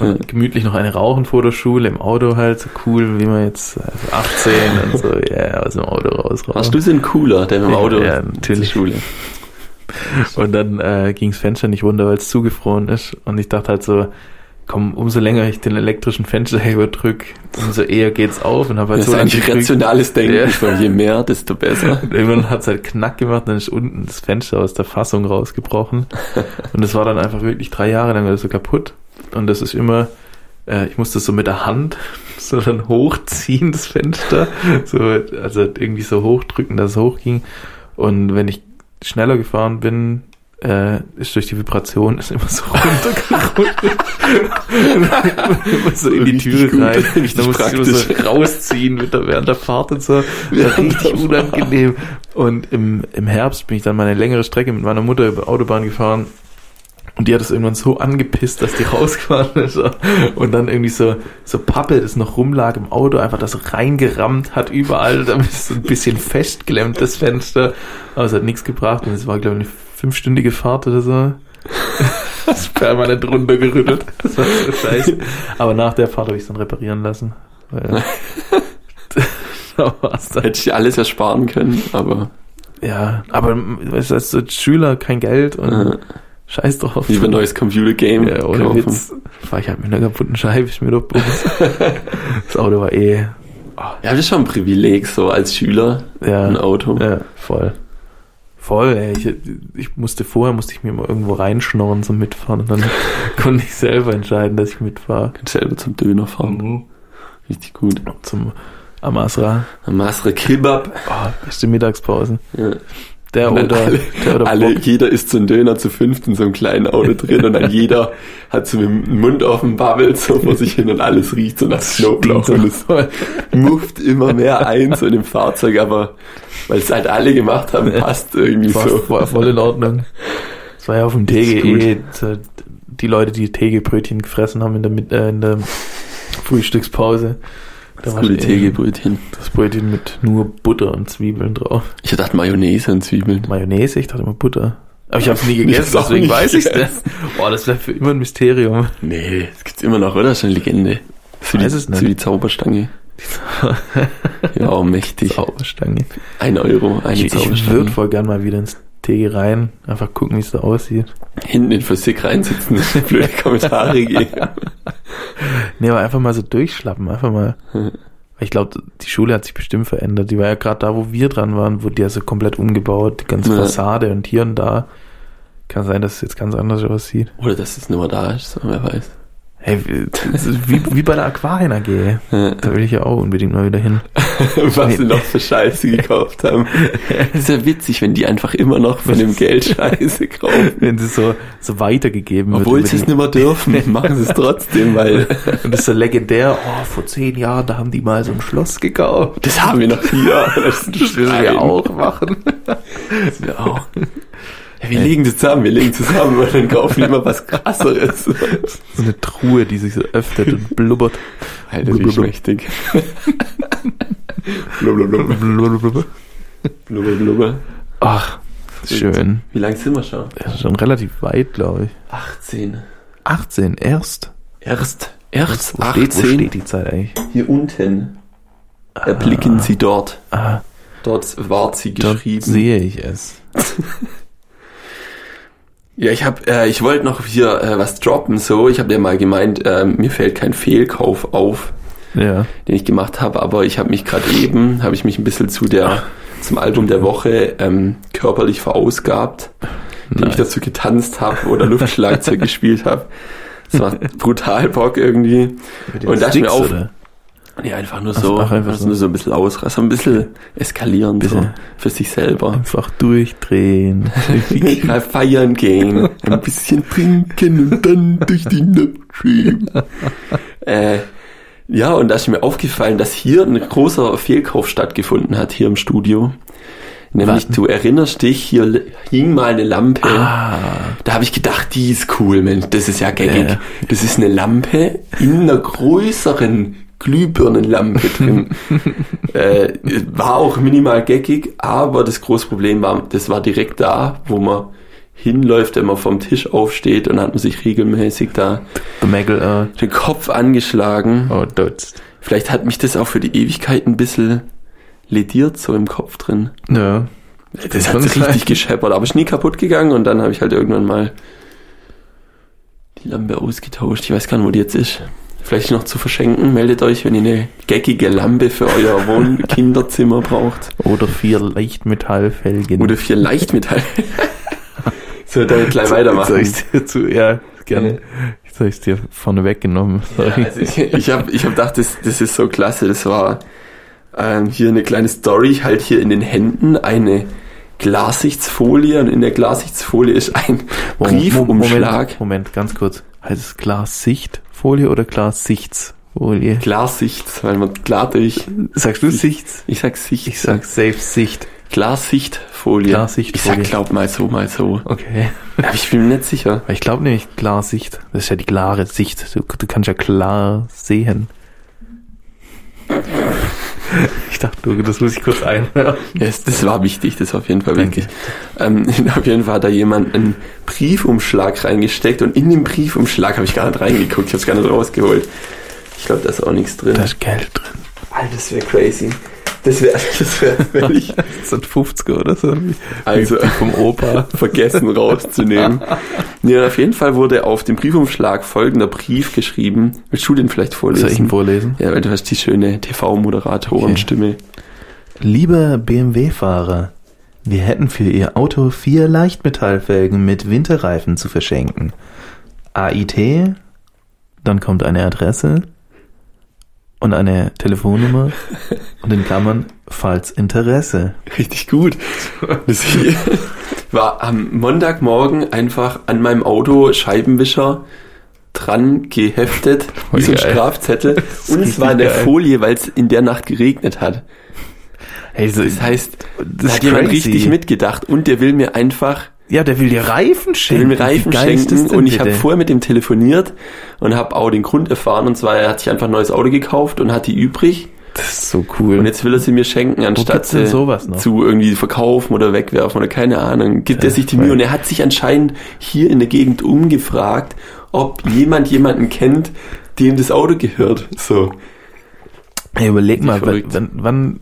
[SPEAKER 2] Ja.
[SPEAKER 1] Und gemütlich noch eine Rauchen vor der Schule, im Auto halt, so cool, wie man jetzt äh, 18 und
[SPEAKER 2] [LAUGHS]
[SPEAKER 1] so, ja, aus dem Auto raus.
[SPEAKER 2] Warst du so ein Cooler, der mit dem
[SPEAKER 1] Ja,
[SPEAKER 2] Auto
[SPEAKER 1] ja,
[SPEAKER 2] zur
[SPEAKER 1] natürlich.
[SPEAKER 2] Schule?
[SPEAKER 1] Und dann äh, ging das Fenster nicht runter, weil es zugefroren ist. Und ich dachte halt so, komm, umso länger ich den elektrischen [LAUGHS] Fensterheber drücke, umso eher geht's auf. Und habe halt
[SPEAKER 2] Das
[SPEAKER 1] so
[SPEAKER 2] ist
[SPEAKER 1] lange
[SPEAKER 2] eigentlich
[SPEAKER 1] gedrückt.
[SPEAKER 2] rationales Denken.
[SPEAKER 1] Ja.
[SPEAKER 2] So, je mehr,
[SPEAKER 1] [LAUGHS]
[SPEAKER 2] desto besser.
[SPEAKER 1] Und irgendwann hat's halt knack gemacht, dann ist unten das Fenster aus der Fassung rausgebrochen. Und das war dann einfach wirklich drei Jahre lang so kaputt. Und das ist immer, äh, ich musste so mit der Hand [LAUGHS] so dann hochziehen, das Fenster. So, also irgendwie so hochdrücken, dass es hochging. Und wenn ich schneller gefahren bin, äh, ist durch die Vibration [LAUGHS] ist immer so
[SPEAKER 2] [LAUGHS]
[SPEAKER 1] runtergerutscht. immer [LAUGHS] so in die
[SPEAKER 2] Richtig
[SPEAKER 1] Tür
[SPEAKER 2] gut,
[SPEAKER 1] rein.
[SPEAKER 2] richtig
[SPEAKER 1] Da musst du immer so [LAUGHS]
[SPEAKER 2] praktisch.
[SPEAKER 1] rausziehen mit der, während der Fahrt und so. Das war
[SPEAKER 2] Während
[SPEAKER 1] richtig
[SPEAKER 2] der Fahrt.
[SPEAKER 1] unangenehm. Und im, im Herbst bin ich dann mal eine längere Strecke mit meiner Mutter über Autobahn gefahren. Und die hat es irgendwann so angepisst, dass die [LAUGHS] rausgefahren ist. Und dann irgendwie so, so Pappe, das noch rumlag im Auto, einfach das reingerammt hat überall, damit es so ein bisschen festklemmt, das Fenster. Aber es hat nichts gebracht und es war, glaube ich, eine fünfstündige Fahrt oder so. [LAUGHS] Das ist permanent runtergerüttelt. [LAUGHS] Das war so scheiße. Aber nach der Fahrt habe ich es dann reparieren lassen. Weil [LAUGHS] da war's dann.
[SPEAKER 2] Hätte ich dir alles ersparen können, aber
[SPEAKER 1] Ja, aber weißt du, als Schüler kein Geld und
[SPEAKER 2] äh,
[SPEAKER 1] scheiß drauf.
[SPEAKER 2] lieber neues Computer-Game
[SPEAKER 1] Mhm. Ja, ohne Witz. Fahr ich halt mit einer kaputten Scheibe, ist mir doch [LAUGHS] bewusst. das Auto war eh.
[SPEAKER 2] Ah, Ja, das ist schon ein Privileg, so als Schüler
[SPEAKER 1] Ja,
[SPEAKER 2] ein Auto.
[SPEAKER 1] ja voll. Voll, ey. Ich, ich musste vorher, musste ich mir mal irgendwo reinschnorren zum Mitfahren und dann [LAUGHS] konnte ich selber entscheiden, dass ich mitfahre.
[SPEAKER 2] Kannst selber zum Döner fahren.
[SPEAKER 1] Mhm.
[SPEAKER 2] Richtig gut.
[SPEAKER 1] Zum Amasra.
[SPEAKER 2] Masre Kebab.
[SPEAKER 1] Oh, beste Mittagspausen.
[SPEAKER 2] Ja.
[SPEAKER 1] Der
[SPEAKER 2] Und dann
[SPEAKER 1] oder,
[SPEAKER 2] alle-
[SPEAKER 1] der oder
[SPEAKER 2] Alle,
[SPEAKER 1] Bock.
[SPEAKER 2] jeder isst so einen Döner zu fünft in so einem kleinen Auto drin
[SPEAKER 1] [LAUGHS]
[SPEAKER 2] und dann jeder hat so mit dem Mund offen, babbelt so vor sich hin und alles riecht so nach Knoblauch und es mufft immer mehr ein so in dem Fahrzeug, aber weil es halt alle gemacht haben, passt irgendwie
[SPEAKER 1] war,
[SPEAKER 2] so.
[SPEAKER 1] war voll in Ordnung. Das war ja auf dem
[SPEAKER 2] Richtig
[SPEAKER 1] TGE. so Die Leute, die TG-Brötchen gefressen haben in der, Mit- äh, in der Frühstückspause. Da
[SPEAKER 2] Das
[SPEAKER 1] war
[SPEAKER 2] gute
[SPEAKER 1] ich-
[SPEAKER 2] Tegebrötchen.
[SPEAKER 1] Das Brötchen mit nur Butter und Zwiebeln drauf.
[SPEAKER 2] Ich dachte Mayonnaise und Zwiebeln.
[SPEAKER 1] Mayonnaise, ich dachte immer Butter. Aber ich habe es
[SPEAKER 2] [LAUGHS]
[SPEAKER 1] nie
[SPEAKER 2] Ich hab's
[SPEAKER 1] gegessen,
[SPEAKER 2] auch
[SPEAKER 1] deswegen
[SPEAKER 2] nie
[SPEAKER 1] weiß
[SPEAKER 2] [LAUGHS]
[SPEAKER 1] ich das.
[SPEAKER 2] gegessen.
[SPEAKER 1] Boah, das bleibt für immer ein Mysterium. [LAUGHS]
[SPEAKER 2] Nee, das gibt's immer noch, oder? Das ist eine Legende. So
[SPEAKER 1] Weiß es
[SPEAKER 2] die,
[SPEAKER 1] nicht.
[SPEAKER 2] so die Zauberstange.
[SPEAKER 1] [LAUGHS]
[SPEAKER 2] ja, oh, mächtig.
[SPEAKER 1] Zauberstange.
[SPEAKER 2] Ein Euro, eine
[SPEAKER 1] Ich, ich
[SPEAKER 2] Zauberstange.
[SPEAKER 1] würde voll gern mal wieder ins Tee rein. Einfach gucken, wie es da aussieht.
[SPEAKER 2] Hinten in Physik reinsitzen,
[SPEAKER 1] [LAUGHS]
[SPEAKER 2] blöde Kommentare geben.
[SPEAKER 1] Nee, aber einfach mal so durchschlappen. Einfach mal. Ich glaube, die Schule hat sich bestimmt verändert. Die war ja gerade da, wo wir dran waren, wurde die ja so komplett umgebaut. Die ganze
[SPEAKER 2] Ja.
[SPEAKER 1] Fassade und hier und da. Kann sein, dass es jetzt ganz anders aussieht.
[SPEAKER 2] Oder dass es nur da ist, so, wer weiß.
[SPEAKER 1] Hey, wie, wie bei der Aquarien AG.
[SPEAKER 2] Äh,
[SPEAKER 1] Da will ich ja auch unbedingt mal wieder hin.
[SPEAKER 2] [LAUGHS] Was sie noch für Scheiße
[SPEAKER 1] [LAUGHS]
[SPEAKER 2] gekauft haben. ist ja witzig, wenn die einfach immer noch von dem Geld
[SPEAKER 1] [LAUGHS]
[SPEAKER 2] Scheiße kaufen.
[SPEAKER 1] Wenn sie so, so weitergegeben
[SPEAKER 2] Obwohl
[SPEAKER 1] wird.
[SPEAKER 2] sie es nicht
[SPEAKER 1] [LAUGHS]
[SPEAKER 2] mehr dürfen, machen sie es trotzdem, weil
[SPEAKER 1] nicht. [LAUGHS] Und das ist so legendär. Oh, vor zehn Jahren, da haben die mal so ein Schloss gekauft.
[SPEAKER 2] das haben wir noch hier. Das ist ein Stein.
[SPEAKER 1] machen.
[SPEAKER 2] Das wir auch. Ja, wir legen zusammen, wir legen zusammen und dann kaufen wir immer was krasseres.
[SPEAKER 1] So eine Truhe, die sich so öffnet und
[SPEAKER 2] [LAUGHS]
[SPEAKER 1] blubbert.
[SPEAKER 2] Alter,
[SPEAKER 1] Blub, blub,
[SPEAKER 2] wie
[SPEAKER 1] blub.
[SPEAKER 2] schmächtig. Blubblubblub. Blubber, blubber.
[SPEAKER 1] Ach, schön.
[SPEAKER 2] Wie lang sind wir schon?
[SPEAKER 1] Das ist schon relativ weit, glaube ich.
[SPEAKER 2] 18.
[SPEAKER 1] 18 erst.
[SPEAKER 2] Erst. Erst
[SPEAKER 1] Wo steht, wo steht die Zeit eigentlich?
[SPEAKER 2] Hier unten erblicken Sie dort.
[SPEAKER 1] Ah,
[SPEAKER 2] Dort ward sie
[SPEAKER 1] dort
[SPEAKER 2] geschrieben.
[SPEAKER 1] sehe ich es.
[SPEAKER 2] Ja, ich hab, äh, ich wollte noch hier äh, was droppen. So, ich habe ja mal gemeint, äh, mir fällt kein Fehlkauf auf,
[SPEAKER 1] Ja.
[SPEAKER 2] den ich gemacht habe. Aber ich habe mich gerade eben, habe ich mich ein bisschen zu der zum Album der Woche ähm, körperlich verausgabt, indem ich dazu getanzt habe
[SPEAKER 1] [LAUGHS]
[SPEAKER 2] oder Luftschlagzeug gespielt habe. Das macht brutal Bock irgendwie. Und da ist mir auf,
[SPEAKER 1] Oder?
[SPEAKER 2] Nee, einfach nur
[SPEAKER 1] Ach,
[SPEAKER 2] so,
[SPEAKER 1] ach, einfach
[SPEAKER 2] einfach
[SPEAKER 1] so.
[SPEAKER 2] nur so ein bisschen ausrasten, ein bisschen eskalieren so
[SPEAKER 1] Bisschen.
[SPEAKER 2] für sich selber.
[SPEAKER 1] Ah. Einfach
[SPEAKER 2] [LAUGHS]
[SPEAKER 1] durchdrehen.
[SPEAKER 2] Mal feiern gehen, ein bisschen trinken und dann durch die Nacht schieben. äh, ja, und da ist mir aufgefallen, dass hier ein großer Fehlkauf stattgefunden hat, hier im Studio. Nämlich,
[SPEAKER 1] Was?
[SPEAKER 2] du erinnerst dich, hier l- hing mal eine Lampe.
[SPEAKER 1] ah.
[SPEAKER 2] Da habe ich gedacht, die ist cool, Mensch, das ist ja gaggig.
[SPEAKER 1] Ja.
[SPEAKER 2] Das ist eine Lampe in einer größeren Glühbirnenlampe drin. äh, war auch minimal gaggig, aber das große Problem war, das war direkt da, wo man hinläuft, wenn man vom Tisch aufsteht und hat man sich regelmäßig da
[SPEAKER 1] The Maggle, äh,
[SPEAKER 2] den Kopf angeschlagen.
[SPEAKER 1] oh, dutzt.
[SPEAKER 2] Vielleicht hat mich das auch für die Ewigkeit ein bisschen lediert, so im Kopf drin.
[SPEAKER 1] Ja.
[SPEAKER 2] Das hat sich richtig gescheppert, aber ist nie kaputt gegangen und dann habe ich halt irgendwann mal die Lampe ausgetauscht. Ich weiß gar nicht, wo die jetzt ist. Vielleicht noch zu verschenken. Meldet euch, wenn ihr eine geckige Lampe für
[SPEAKER 1] [LAUGHS]
[SPEAKER 2] euer Wohn Kinderzimmer braucht.
[SPEAKER 1] Oder vier Leichtmetallfelgen.
[SPEAKER 2] Oder vier Leichtmetall. so, damit gleich weitermachen.
[SPEAKER 1] Soll ich dir zu, ja, gerne. Soll ich dir vorne weggenommen?
[SPEAKER 2] Ja, also ich ich habe ich hab gedacht, das, das ist so klasse. Das war ähm, hier eine kleine Story, halt hier in den Händen eine Glassichtsfolie und in der Glassichtsfolie ist ein
[SPEAKER 1] Moment,
[SPEAKER 2] Briefumschlag.
[SPEAKER 1] Moment, Moment, ganz kurz. Heißt es Glassichtfolie oder Glassichtsfolie?
[SPEAKER 2] Glassicht, weil man klar durch.
[SPEAKER 1] Sagst du Sichts?
[SPEAKER 2] Ich sag Sicht.
[SPEAKER 1] Ich sag Safe Sicht.
[SPEAKER 2] Glassichtfolie. Ich
[SPEAKER 1] Glassichtfolie.
[SPEAKER 2] sag glaub mal so, mal so.
[SPEAKER 1] Okay.
[SPEAKER 2] Aber ich bin mir nicht sicher.
[SPEAKER 1] Weil ich glaube nämlich Klarsicht. Das ist ja die klare Sicht. Du, du kannst ja klar sehen. Ich dachte, du, das muss ich kurz einhören.
[SPEAKER 2] Yes, das war wichtig, das war auf jeden Fall
[SPEAKER 1] Danke.
[SPEAKER 2] wichtig. Ähm, [LAUGHS] auf jeden Fall hat da jemand einen Briefumschlag reingesteckt und in den Briefumschlag habe ich gar nicht reingeguckt, ich habe es gar nicht rausgeholt. Ich glaube, da ist auch nichts drin.
[SPEAKER 1] Da ist Geld drin.
[SPEAKER 2] Alter, das wäre crazy. Das wäre das wär [LAUGHS]
[SPEAKER 1] [LAUGHS]
[SPEAKER 2] völlig
[SPEAKER 1] Das sind 50 oder so.
[SPEAKER 2] Also-
[SPEAKER 1] Die vom Opa. [LAUGHS]
[SPEAKER 2] [LAUGHS] vergessen rauszunehmen. Ja, auf jeden Fall wurde auf dem Briefumschlag folgender Brief geschrieben. Willst du den vielleicht
[SPEAKER 1] Soll ich
[SPEAKER 2] vorlesen?
[SPEAKER 1] ihn vorlesen?
[SPEAKER 2] Ja, weil du hast die schöne TV-Moderatorenstimme.
[SPEAKER 1] Lieber BMW-Fahrer, wir hätten für Ihr Auto vier Leichtmetallfelgen mit Winterreifen zu verschenken. AIT, dann kommt eine Adresse und eine [LAUGHS] Telefonnummer und in Klammern, falls Interesse.
[SPEAKER 2] Richtig gut. [LAUGHS] Das hier war am Montagmorgen einfach an meinem Auto Scheibenwischer dran geheftet,
[SPEAKER 1] Voll
[SPEAKER 2] wie so ein
[SPEAKER 1] geil. [LAUGHS]
[SPEAKER 2] Strafzettel.
[SPEAKER 1] ist
[SPEAKER 2] Und es
[SPEAKER 1] richtig
[SPEAKER 2] war in der
[SPEAKER 1] geil.
[SPEAKER 2] Folie, weil es in der Nacht geregnet hat.
[SPEAKER 1] Hey, so,
[SPEAKER 2] Das heißt, halt- da
[SPEAKER 1] das
[SPEAKER 2] hat jemand richtig mitgedacht und der will mir einfach
[SPEAKER 1] Ja, der will dir Reifen
[SPEAKER 2] der will
[SPEAKER 1] schenken.
[SPEAKER 2] mir Reifen
[SPEAKER 1] Wie geil ist das
[SPEAKER 2] schenken
[SPEAKER 1] denn
[SPEAKER 2] und ich habe
[SPEAKER 1] bitte?
[SPEAKER 2] vorher mit dem telefoniert und habe auch den Grund erfahren und zwar er hat sich einfach ein neues Auto gekauft und hat die übrig
[SPEAKER 1] Das ist so cool.
[SPEAKER 2] und jetzt will er sie mir schenken anstatt
[SPEAKER 1] gibt's denn
[SPEAKER 2] sie
[SPEAKER 1] sowas noch?
[SPEAKER 2] zu irgendwie verkaufen oder wegwerfen oder keine Ahnung gibt
[SPEAKER 1] Ja,
[SPEAKER 2] er sich die
[SPEAKER 1] voll.
[SPEAKER 2] Mühe und er hat sich anscheinend hier in der Gegend umgefragt ob jemand jemanden kennt dem das Auto gehört so
[SPEAKER 1] Hey, überleg mal,
[SPEAKER 2] verrückt.
[SPEAKER 1] wann, wann, wann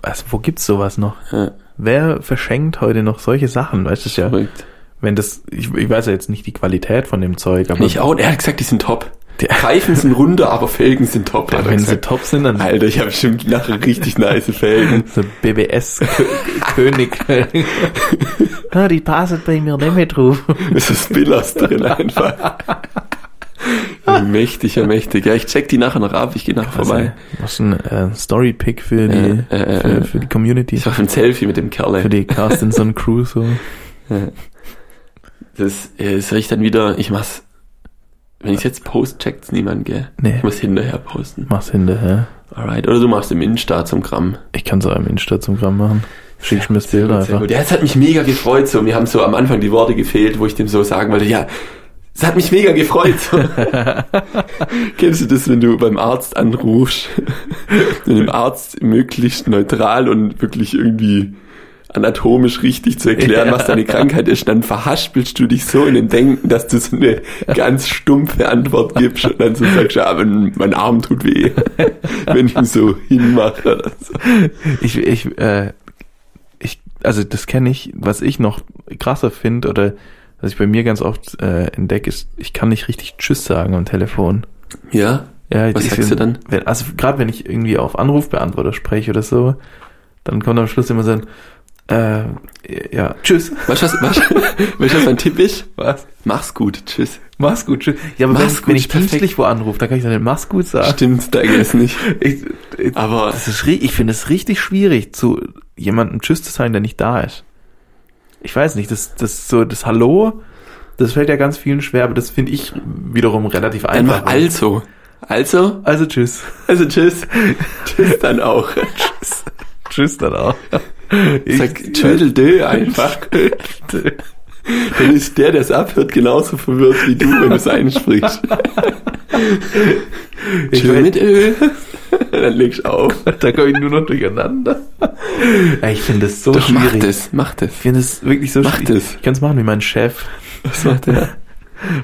[SPEAKER 1] also wo gibt's sowas noch?
[SPEAKER 2] ja,
[SPEAKER 1] Wer verschenkt heute noch solche Sachen? Weißt du ja?
[SPEAKER 2] verrückt
[SPEAKER 1] Wenn das, ich, ich weiß ja jetzt nicht die Qualität von dem Zeug, aber
[SPEAKER 2] nicht auch und er hat gesagt die sind top
[SPEAKER 1] Der-
[SPEAKER 2] Reifen sind runter aber Felgen sind top hat er
[SPEAKER 1] wenn sie
[SPEAKER 2] gesagt.
[SPEAKER 1] top sind, dann
[SPEAKER 2] Alter ich habe bestimmt nachher richtig nice Felgen
[SPEAKER 1] so BBS Kö- König.
[SPEAKER 2] [LAUGHS]
[SPEAKER 1] ah, die passen bei mir nicht mehr drauf.
[SPEAKER 2] Es ist Billers drin [LAUGHS] einfach. mächtig, ja mächtig. Ja, ich check die nachher noch ab, ich gehe nachher vorbei.
[SPEAKER 1] Also, Was ein äh, Story-Pick für die,
[SPEAKER 2] Äh, äh,
[SPEAKER 1] für,
[SPEAKER 2] äh.
[SPEAKER 1] für die Community.
[SPEAKER 2] Ich mache ein Selfie mit dem Kerl.
[SPEAKER 1] Für
[SPEAKER 2] ey.
[SPEAKER 1] die Carstenson Crew so.
[SPEAKER 2] Das äh, soll ich dann wieder, ich mach's, wenn ich's jetzt post, checkt's niemand, gell?
[SPEAKER 1] Nee,
[SPEAKER 2] Ich muss hinterher posten.
[SPEAKER 1] mach's hinterher.
[SPEAKER 2] Alright. Oder du machst im Insta zum Gramm.
[SPEAKER 1] Ich kann so einem Insta zum Gramm machen. Schickst mir das Bild
[SPEAKER 2] Sehr
[SPEAKER 1] einfach.
[SPEAKER 2] gut. Ja, es hat mich mega gefreut, so. Mir haben so am Anfang die Worte gefehlt, wo ich dem so sagen wollte, ja, es hat mich mega gefreut. [LAUGHS] So. Kennst du das, wenn du beim Arzt anrufst [LAUGHS] und dem Arzt möglichst neutral und wirklich irgendwie anatomisch richtig zu erklären,
[SPEAKER 1] Ja.
[SPEAKER 2] was deine Krankheit ist, dann verhaspelst du dich so in dem Denken, dass du so eine ganz stumpfe Antwort gibst und dann so sagst, ja, mein, mein Arm tut [LAUGHS] weh, wenn ich ihn so hinmache. Oder so.
[SPEAKER 1] Ich, ich, äh, ich, also das kenne ich, was ich noch krasser finde oder was ich bei mir ganz oft äh, entdecke, ist, ich kann nicht richtig Tschüss sagen am Telefon.
[SPEAKER 2] Ja,
[SPEAKER 1] Ja,
[SPEAKER 2] Was
[SPEAKER 1] ich,
[SPEAKER 2] sagst du dann?
[SPEAKER 1] Wenn, also gerade wenn ich irgendwie auf Anrufbeantworter spreche oder so, dann kommt am Schluss immer so ein, äh, ja, tschüss.
[SPEAKER 2] weißt du, was, weißt, du- weißt, du, was mein Tipp ist?
[SPEAKER 1] Was?
[SPEAKER 2] Mach's gut, tschüss.
[SPEAKER 1] Mach's gut, tschüss. Ja, aber wenn,
[SPEAKER 2] Mach's
[SPEAKER 1] gut,
[SPEAKER 2] gut,
[SPEAKER 1] wenn ich
[SPEAKER 2] ist perfekt.
[SPEAKER 1] dienstlich wo anrufe, dann kann ich dann nicht mach's gut sagen.
[SPEAKER 2] Stimmt, da geht's nicht.
[SPEAKER 1] Ich, ich,
[SPEAKER 2] Ah. Aber
[SPEAKER 1] das ist, ri- ich finde es richtig schwierig, zu jemandem Tschüss zu sagen, der nicht da ist. Ich weiß nicht, das, das, so, das Hallo, das fällt ja ganz vielen schwer, aber das finde ich wiederum relativ
[SPEAKER 2] dann
[SPEAKER 1] einfach.
[SPEAKER 2] mach also. Also,
[SPEAKER 1] also Tschüss.
[SPEAKER 2] also tschüss. tschüss dann [LAUGHS] auch.
[SPEAKER 1] Tschüss dann auch. Ich
[SPEAKER 2] Sag Tschödeldö einfach. Dann ist der, der es abhört, genauso verwirrt wie du, wenn du es [LAUGHS] einsprichst.
[SPEAKER 1] Ich
[SPEAKER 2] Tschö
[SPEAKER 1] weiß-
[SPEAKER 2] mit Ö. [LAUGHS] Dann legst du auf.
[SPEAKER 1] Da komme ich nur noch
[SPEAKER 2] [LAUGHS]
[SPEAKER 1] durcheinander. Ja, ich finde das so
[SPEAKER 2] Doch, mach
[SPEAKER 1] schwierig.
[SPEAKER 2] das, mach das.
[SPEAKER 1] Ich finde es wirklich so
[SPEAKER 2] Mach
[SPEAKER 1] schwierig.
[SPEAKER 2] das.
[SPEAKER 1] Ich kann es machen wie mein Chef.
[SPEAKER 2] Was macht der?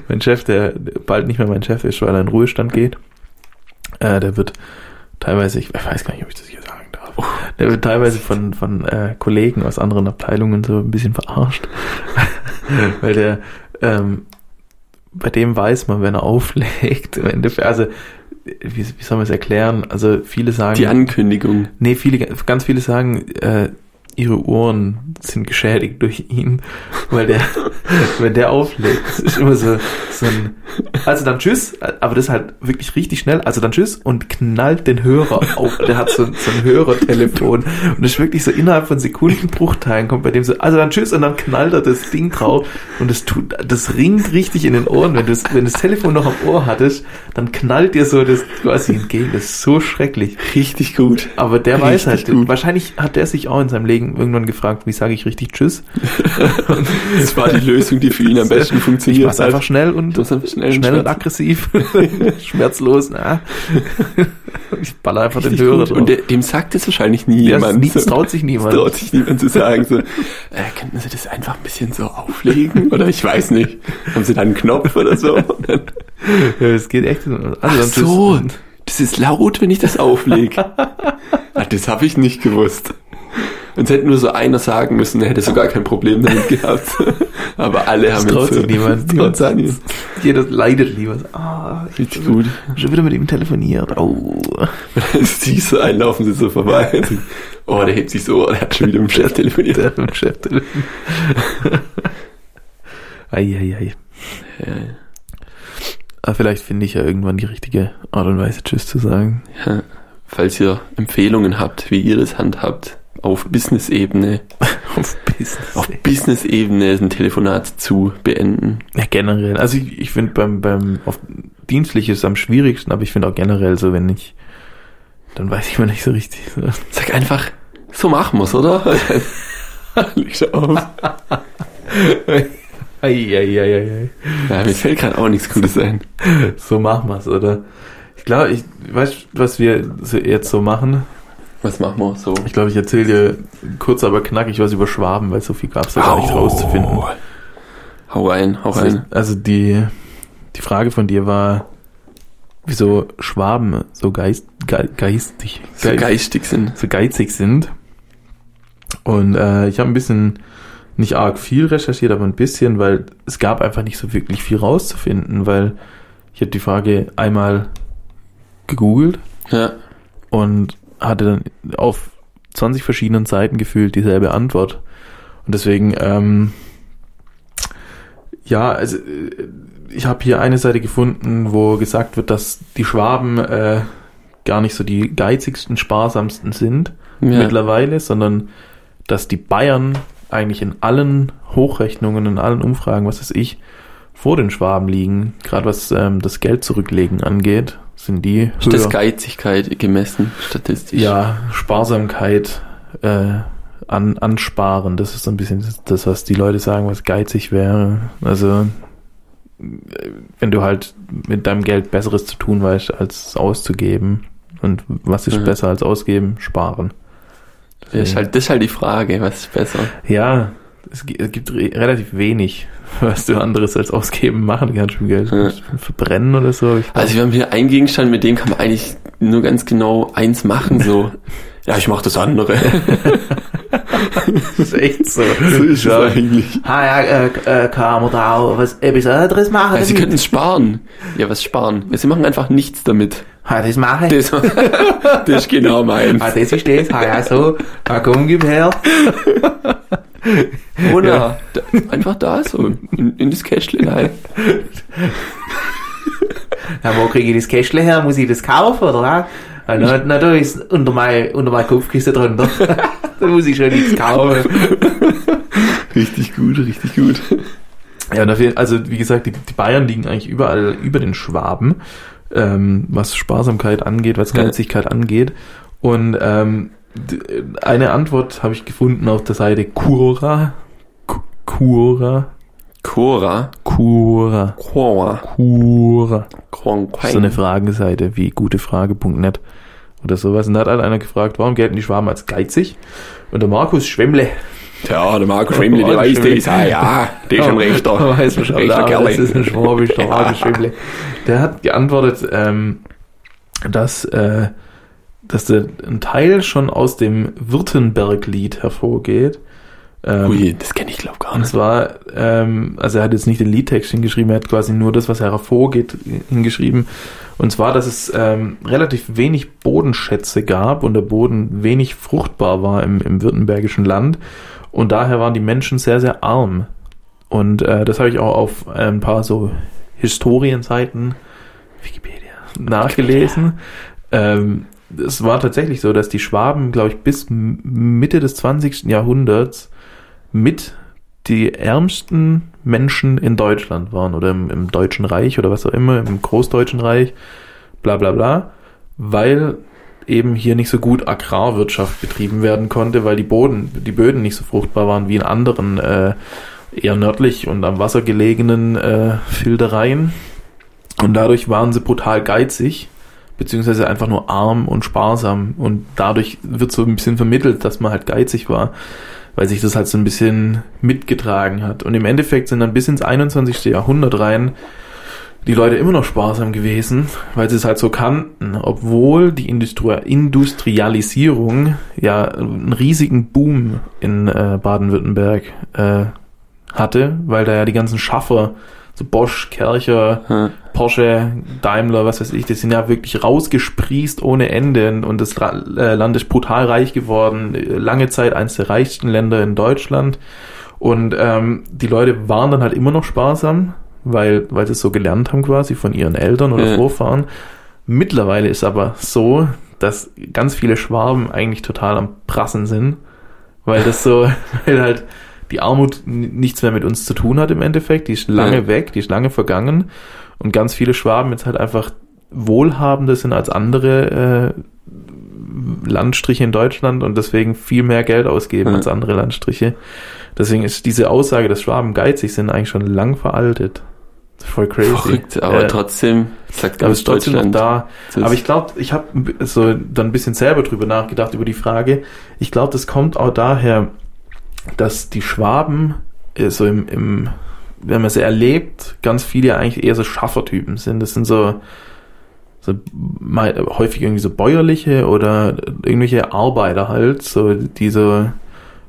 [SPEAKER 1] Mein Chef, der bald nicht mehr mein Chef ist, weil er in Ruhestand geht, äh, der wird teilweise, ich weiß gar nicht, ob ich das hier sagen darf, der wird teilweise von, von äh, Kollegen aus anderen Abteilungen so ein bisschen verarscht, [LAUGHS] weil der, ähm, bei dem weiß man, wenn er auflegt, im Endeffekt, also, wie, wie soll man es erklären? Also, viele sagen,
[SPEAKER 2] Die Ankündigung.
[SPEAKER 1] Nee, viele, ganz viele sagen, äh, ihre Ohren sind geschädigt durch ihn, weil der, wenn der auflegt, es ist immer so, so so ein, also dann tschüss, aber das halt wirklich richtig schnell, also dann tschüss und knallt den Hörer auf. Der hat so, ein- so ein Hörertelefon und das ist wirklich so innerhalb von Sekundenbruchteilen kommt bei dem so, also dann tschüss und dann knallt er das Ding drauf und das tut, das ringt richtig in den Ohren. Wenn du das, wenn das Telefon noch am Ohr hattest, dann knallt dir so das quasi entgegen. Das ist so schrecklich.
[SPEAKER 2] Richtig gut.
[SPEAKER 1] Aber der weiß halt,
[SPEAKER 2] Richtig gut.
[SPEAKER 1] wahrscheinlich hat der sich auch in seinem Leben irgendwann gefragt, wie sage ich richtig Tschüss?
[SPEAKER 2] [LAUGHS] Das war die Lösung, die für ihn am besten
[SPEAKER 1] Ich
[SPEAKER 2] funktioniert
[SPEAKER 1] mach's einfach
[SPEAKER 2] hat.
[SPEAKER 1] schnell und
[SPEAKER 2] mach's einfach schnell und
[SPEAKER 1] schnell und
[SPEAKER 2] schmerzlos. [LAUGHS]
[SPEAKER 1] aggressiv, schmerzlos. Na. Ich baller einfach
[SPEAKER 2] Richtig
[SPEAKER 1] den Hörer
[SPEAKER 2] gut. Und der, dem sagt es wahrscheinlich nie
[SPEAKER 1] ja,
[SPEAKER 2] jemand. [LAUGHS]
[SPEAKER 1] das traut sich niemand.
[SPEAKER 2] Das traut sich niemand zu sagen.
[SPEAKER 1] [LAUGHS]
[SPEAKER 2] So, äh, könnten Sie das einfach ein bisschen so auflegen? Oder ich weiß nicht. Haben Sie da einen Knopf
[SPEAKER 1] [LAUGHS]
[SPEAKER 2] oder so? Und dann,
[SPEAKER 1] Ja, Es geht echt. Also
[SPEAKER 2] Ach
[SPEAKER 1] dann
[SPEAKER 2] so,
[SPEAKER 1] tschüss.
[SPEAKER 2] das ist laut, wenn ich das
[SPEAKER 1] [LAUGHS]
[SPEAKER 2] auflege. ah, das habe ich nicht gewusst. Uns hätte nur so einer sagen müssen, er hätte sogar kein Problem damit gehabt. [LAUGHS] Aber alle
[SPEAKER 1] Das
[SPEAKER 2] haben
[SPEAKER 1] traut
[SPEAKER 2] jetzt
[SPEAKER 1] sich niemand.
[SPEAKER 2] [LAUGHS] Traut sich niemand.
[SPEAKER 1] Jeder leidet lieber. Ah, ich
[SPEAKER 2] Richtig gut.
[SPEAKER 1] hab schon wieder mit ihm telefoniert. Oh.
[SPEAKER 2] Siehst du einen, laufen [LAUGHS] sie
[SPEAKER 1] [LAUGHS]
[SPEAKER 2] so vorbei. Oh, der hebt sich so, der hat schon wieder mit dem Chef telefoniert.
[SPEAKER 1] Der hat mit dem Chef telefoniert. Eieiei.
[SPEAKER 2] Ja,
[SPEAKER 1] Aber Ah, vielleicht finde ich ja irgendwann die richtige Art und Weise, Tschüss zu sagen.
[SPEAKER 2] ja. Falls ihr Empfehlungen habt, wie ihr das handhabt, auf Business-Ebene,
[SPEAKER 1] Auf Business.
[SPEAKER 2] auf Business-Ebene ist ein Telefonat zu beenden.
[SPEAKER 1] Ja, generell. Also ich, ich finde beim, beim auf dienstlich ist es am schwierigsten, aber ich finde auch generell so, wenn ich, dann weiß ich mal nicht so richtig. So.
[SPEAKER 2] Sag einfach, so machen
[SPEAKER 1] [LAUGHS]
[SPEAKER 2] wir's, oder? Licht auf.
[SPEAKER 1] Eieieiei.
[SPEAKER 2] Ja, mir fällt gerade auch nichts Gutes ein.
[SPEAKER 1] So machen wir's, oder? Ich glaube, ich weiß, was wir so jetzt so machen.
[SPEAKER 2] Was machen wir so?
[SPEAKER 1] Ich glaube, ich erzähle dir kurz, aber knackig was über Schwaben, weil so viel gab's da gar nicht rauszufinden.
[SPEAKER 2] Hau rein, hau
[SPEAKER 1] Also,
[SPEAKER 2] rein.
[SPEAKER 1] also die, die Frage von dir war, wieso Schwaben so geist, ge, geistig,
[SPEAKER 2] So
[SPEAKER 1] geist-
[SPEAKER 2] geistig sind.
[SPEAKER 1] so geizig sind. Und äh, ich habe ein bisschen, nicht arg viel recherchiert, aber ein bisschen, weil es gab einfach nicht so wirklich viel rauszufinden, weil ich habe die Frage einmal gegoogelt
[SPEAKER 2] Ja.
[SPEAKER 1] und hatte dann auf 20 verschiedenen Seiten gefühlt dieselbe Antwort. Und deswegen, ähm, ja, also äh, ich habe hier eine Seite gefunden, wo gesagt wird, dass die Schwaben äh, gar nicht so die geizigsten, sparsamsten sind
[SPEAKER 2] ja.
[SPEAKER 1] mittlerweile, sondern dass die Bayern eigentlich in allen Hochrechnungen, in allen Umfragen, was weiß ich, vor den Schwaben liegen. Gerade was ähm, das Geld zurücklegen angeht, sind die
[SPEAKER 2] Ist das
[SPEAKER 1] höher.
[SPEAKER 2] Geizigkeit gemessen, statistisch?
[SPEAKER 1] Ja, Sparsamkeit äh, an, ansparen. Das ist so ein bisschen das- das, was die Leute sagen, was geizig wäre. Also äh, wenn du halt mit deinem Geld Besseres zu tun weißt, als auszugeben. Und was ist
[SPEAKER 2] Mhm.
[SPEAKER 1] besser als ausgeben? Sparen.
[SPEAKER 2] Das ist, halt, das ist halt die Frage, was ist besser?
[SPEAKER 1] Ja, es gi- es gibt re relativ wenig, [LAUGHS] was du anderes als ausgeben machen kannst mit Geld.
[SPEAKER 2] Ja.
[SPEAKER 1] Verbrennen oder so.
[SPEAKER 2] [LAUGHS]
[SPEAKER 1] Ich,
[SPEAKER 2] Also wir haben hier einen Gegenstand, mit dem kann man eigentlich nur ganz genau eins machen, so. [LAUGHS] Ja, ich mache das [LAUGHS] andere.
[SPEAKER 1] das ist echt so.
[SPEAKER 2] Ja. [LAUGHS]
[SPEAKER 1] ja. Ah ja, äh, äh, Karma da, was etwas anderes machen.
[SPEAKER 2] Also sie könnten es sparen. Ja, was sparen? Ja, sie machen einfach nichts [LAUGHS] damit.
[SPEAKER 1] ah, das mache
[SPEAKER 2] Das, das ist genau meins.
[SPEAKER 1] Ah, das ist das. Ah ja, so. Ah, komm, gib her.
[SPEAKER 2] Oder da, einfach da so, in, in das Kästle rein.
[SPEAKER 1] Na, wo kriege ich das Kästle her? Muss ich das kaufen, oder was? Ah, na, na, da ist unter mein, unter mein Kopfkissen drunter. [LAUGHS] da muss ich schon nichts kaufen.
[SPEAKER 2] Richtig gut, richtig gut.
[SPEAKER 1] Ja, und auf jeden- also wie gesagt, die, die Bayern liegen eigentlich überall über den Schwaben, ähm, was Sparsamkeit angeht, was
[SPEAKER 2] Ja.
[SPEAKER 1] Geizigkeit angeht. Und ähm, d- eine Antwort habe ich gefunden auf der Seite Cura. Cu- Cura.
[SPEAKER 2] Cora.
[SPEAKER 1] Cura.
[SPEAKER 2] Cora.
[SPEAKER 1] Cura.
[SPEAKER 2] Cronquine.
[SPEAKER 1] So eine Fragenseite wie gutefrage.net oder sowas. Und da hat halt einer gefragt, warum gelten die Schwaben als geizig? Und der Markus Schwemmle
[SPEAKER 2] Ja, der Marco Schwemmli, oh, der
[SPEAKER 1] Oh,
[SPEAKER 2] weiß
[SPEAKER 1] Schwemmli.
[SPEAKER 2] das. Ah ja, der ist ein rechter.
[SPEAKER 1] Da weiß man schon,
[SPEAKER 2] rechter
[SPEAKER 1] da,
[SPEAKER 2] Kerl.
[SPEAKER 1] das ist ein schwabischer Rageschwimble. Der hat geantwortet, ähm, dass, äh, dass der, ein Teil schon aus dem Württemberg-Lied hervorgeht. Ähm,
[SPEAKER 2] Ui, das kenne ich glaube gar
[SPEAKER 1] und
[SPEAKER 2] nicht.
[SPEAKER 1] zwar, ähm, also er hat jetzt nicht den Liedtext hingeschrieben, er hat quasi nur das, was hervorgeht, hingeschrieben. Und zwar, dass es ähm, relativ wenig Bodenschätze gab und der Boden wenig fruchtbar war im, im württembergischen Land. Und daher waren die Menschen sehr, sehr arm. Und äh, das habe ich auch auf ein paar so Historienseiten Wikipedia nachgelesen. Ähm, es war tatsächlich so, dass die Schwaben, glaube ich, bis M- Mitte des 20. Jahrhunderts mit die ärmsten Menschen in Deutschland waren oder im, im Deutschen Reich oder was auch immer, im Großdeutschen Reich, bla bla bla, weil eben hier nicht so gut Agrarwirtschaft betrieben werden konnte, weil die Boden, die Böden nicht so fruchtbar waren wie in anderen äh, eher nördlich und am Wasser gelegenen äh, Fildereien. Und dadurch waren sie brutal geizig, beziehungsweise einfach nur arm und sparsam. Und dadurch wird so ein bisschen vermittelt, dass man halt geizig war, weil sich das halt so ein bisschen mitgetragen hat. Und im Endeffekt sind dann bis ins 21. Jahrhundert rein die Leute immer noch sparsam gewesen, weil sie es halt so kannten, obwohl die Industri Industrialisierung ja einen riesigen Boom in äh, Baden-Württemberg äh, hatte, weil da ja die ganzen Schaffer, so Bosch, Kercher,
[SPEAKER 2] Hm.
[SPEAKER 1] Porsche, Daimler, was weiß ich, die sind ja wirklich rausgesprießt ohne Ende und das Ra äh, Land ist brutal reich geworden, lange Zeit eines der reichsten Länder in Deutschland und ähm, die Leute waren dann halt immer noch sparsam, weil, weil sie es so gelernt haben quasi von ihren Eltern oder
[SPEAKER 2] Ja.
[SPEAKER 1] Vorfahren. Mittlerweile ist aber so, dass ganz viele Schwaben eigentlich total am Prassen sind, weil das so, [LAUGHS] weil halt die Armut n- nichts mehr mit uns zu tun hat im Endeffekt, die ist lange
[SPEAKER 2] Ja.
[SPEAKER 1] weg, die ist lange vergangen und ganz viele Schwaben jetzt halt einfach wohlhabender sind als andere äh, Landstriche in Deutschland und deswegen viel mehr Geld ausgeben
[SPEAKER 2] Ja.
[SPEAKER 1] als andere Landstriche. Deswegen ist diese Aussage, dass Schwaben geizig sind, eigentlich schon lang veraltet. Das ist voll crazy.
[SPEAKER 2] Verrückt, aber
[SPEAKER 1] Äh,
[SPEAKER 2] trotzdem sagt
[SPEAKER 1] aber es ist trotzdem noch da.
[SPEAKER 2] das-
[SPEAKER 1] Aber ich glaube, ich habe so dann ein bisschen selber drüber nachgedacht, über die Frage. Ich glaube, das kommt auch daher, dass die Schwaben äh, so im, im wenn man sie erlebt, ganz viele ja eigentlich eher so Schaffertypen sind. Das sind so, so mal, häufig irgendwie so bäuerliche oder irgendwelche Arbeiter halt, so die so,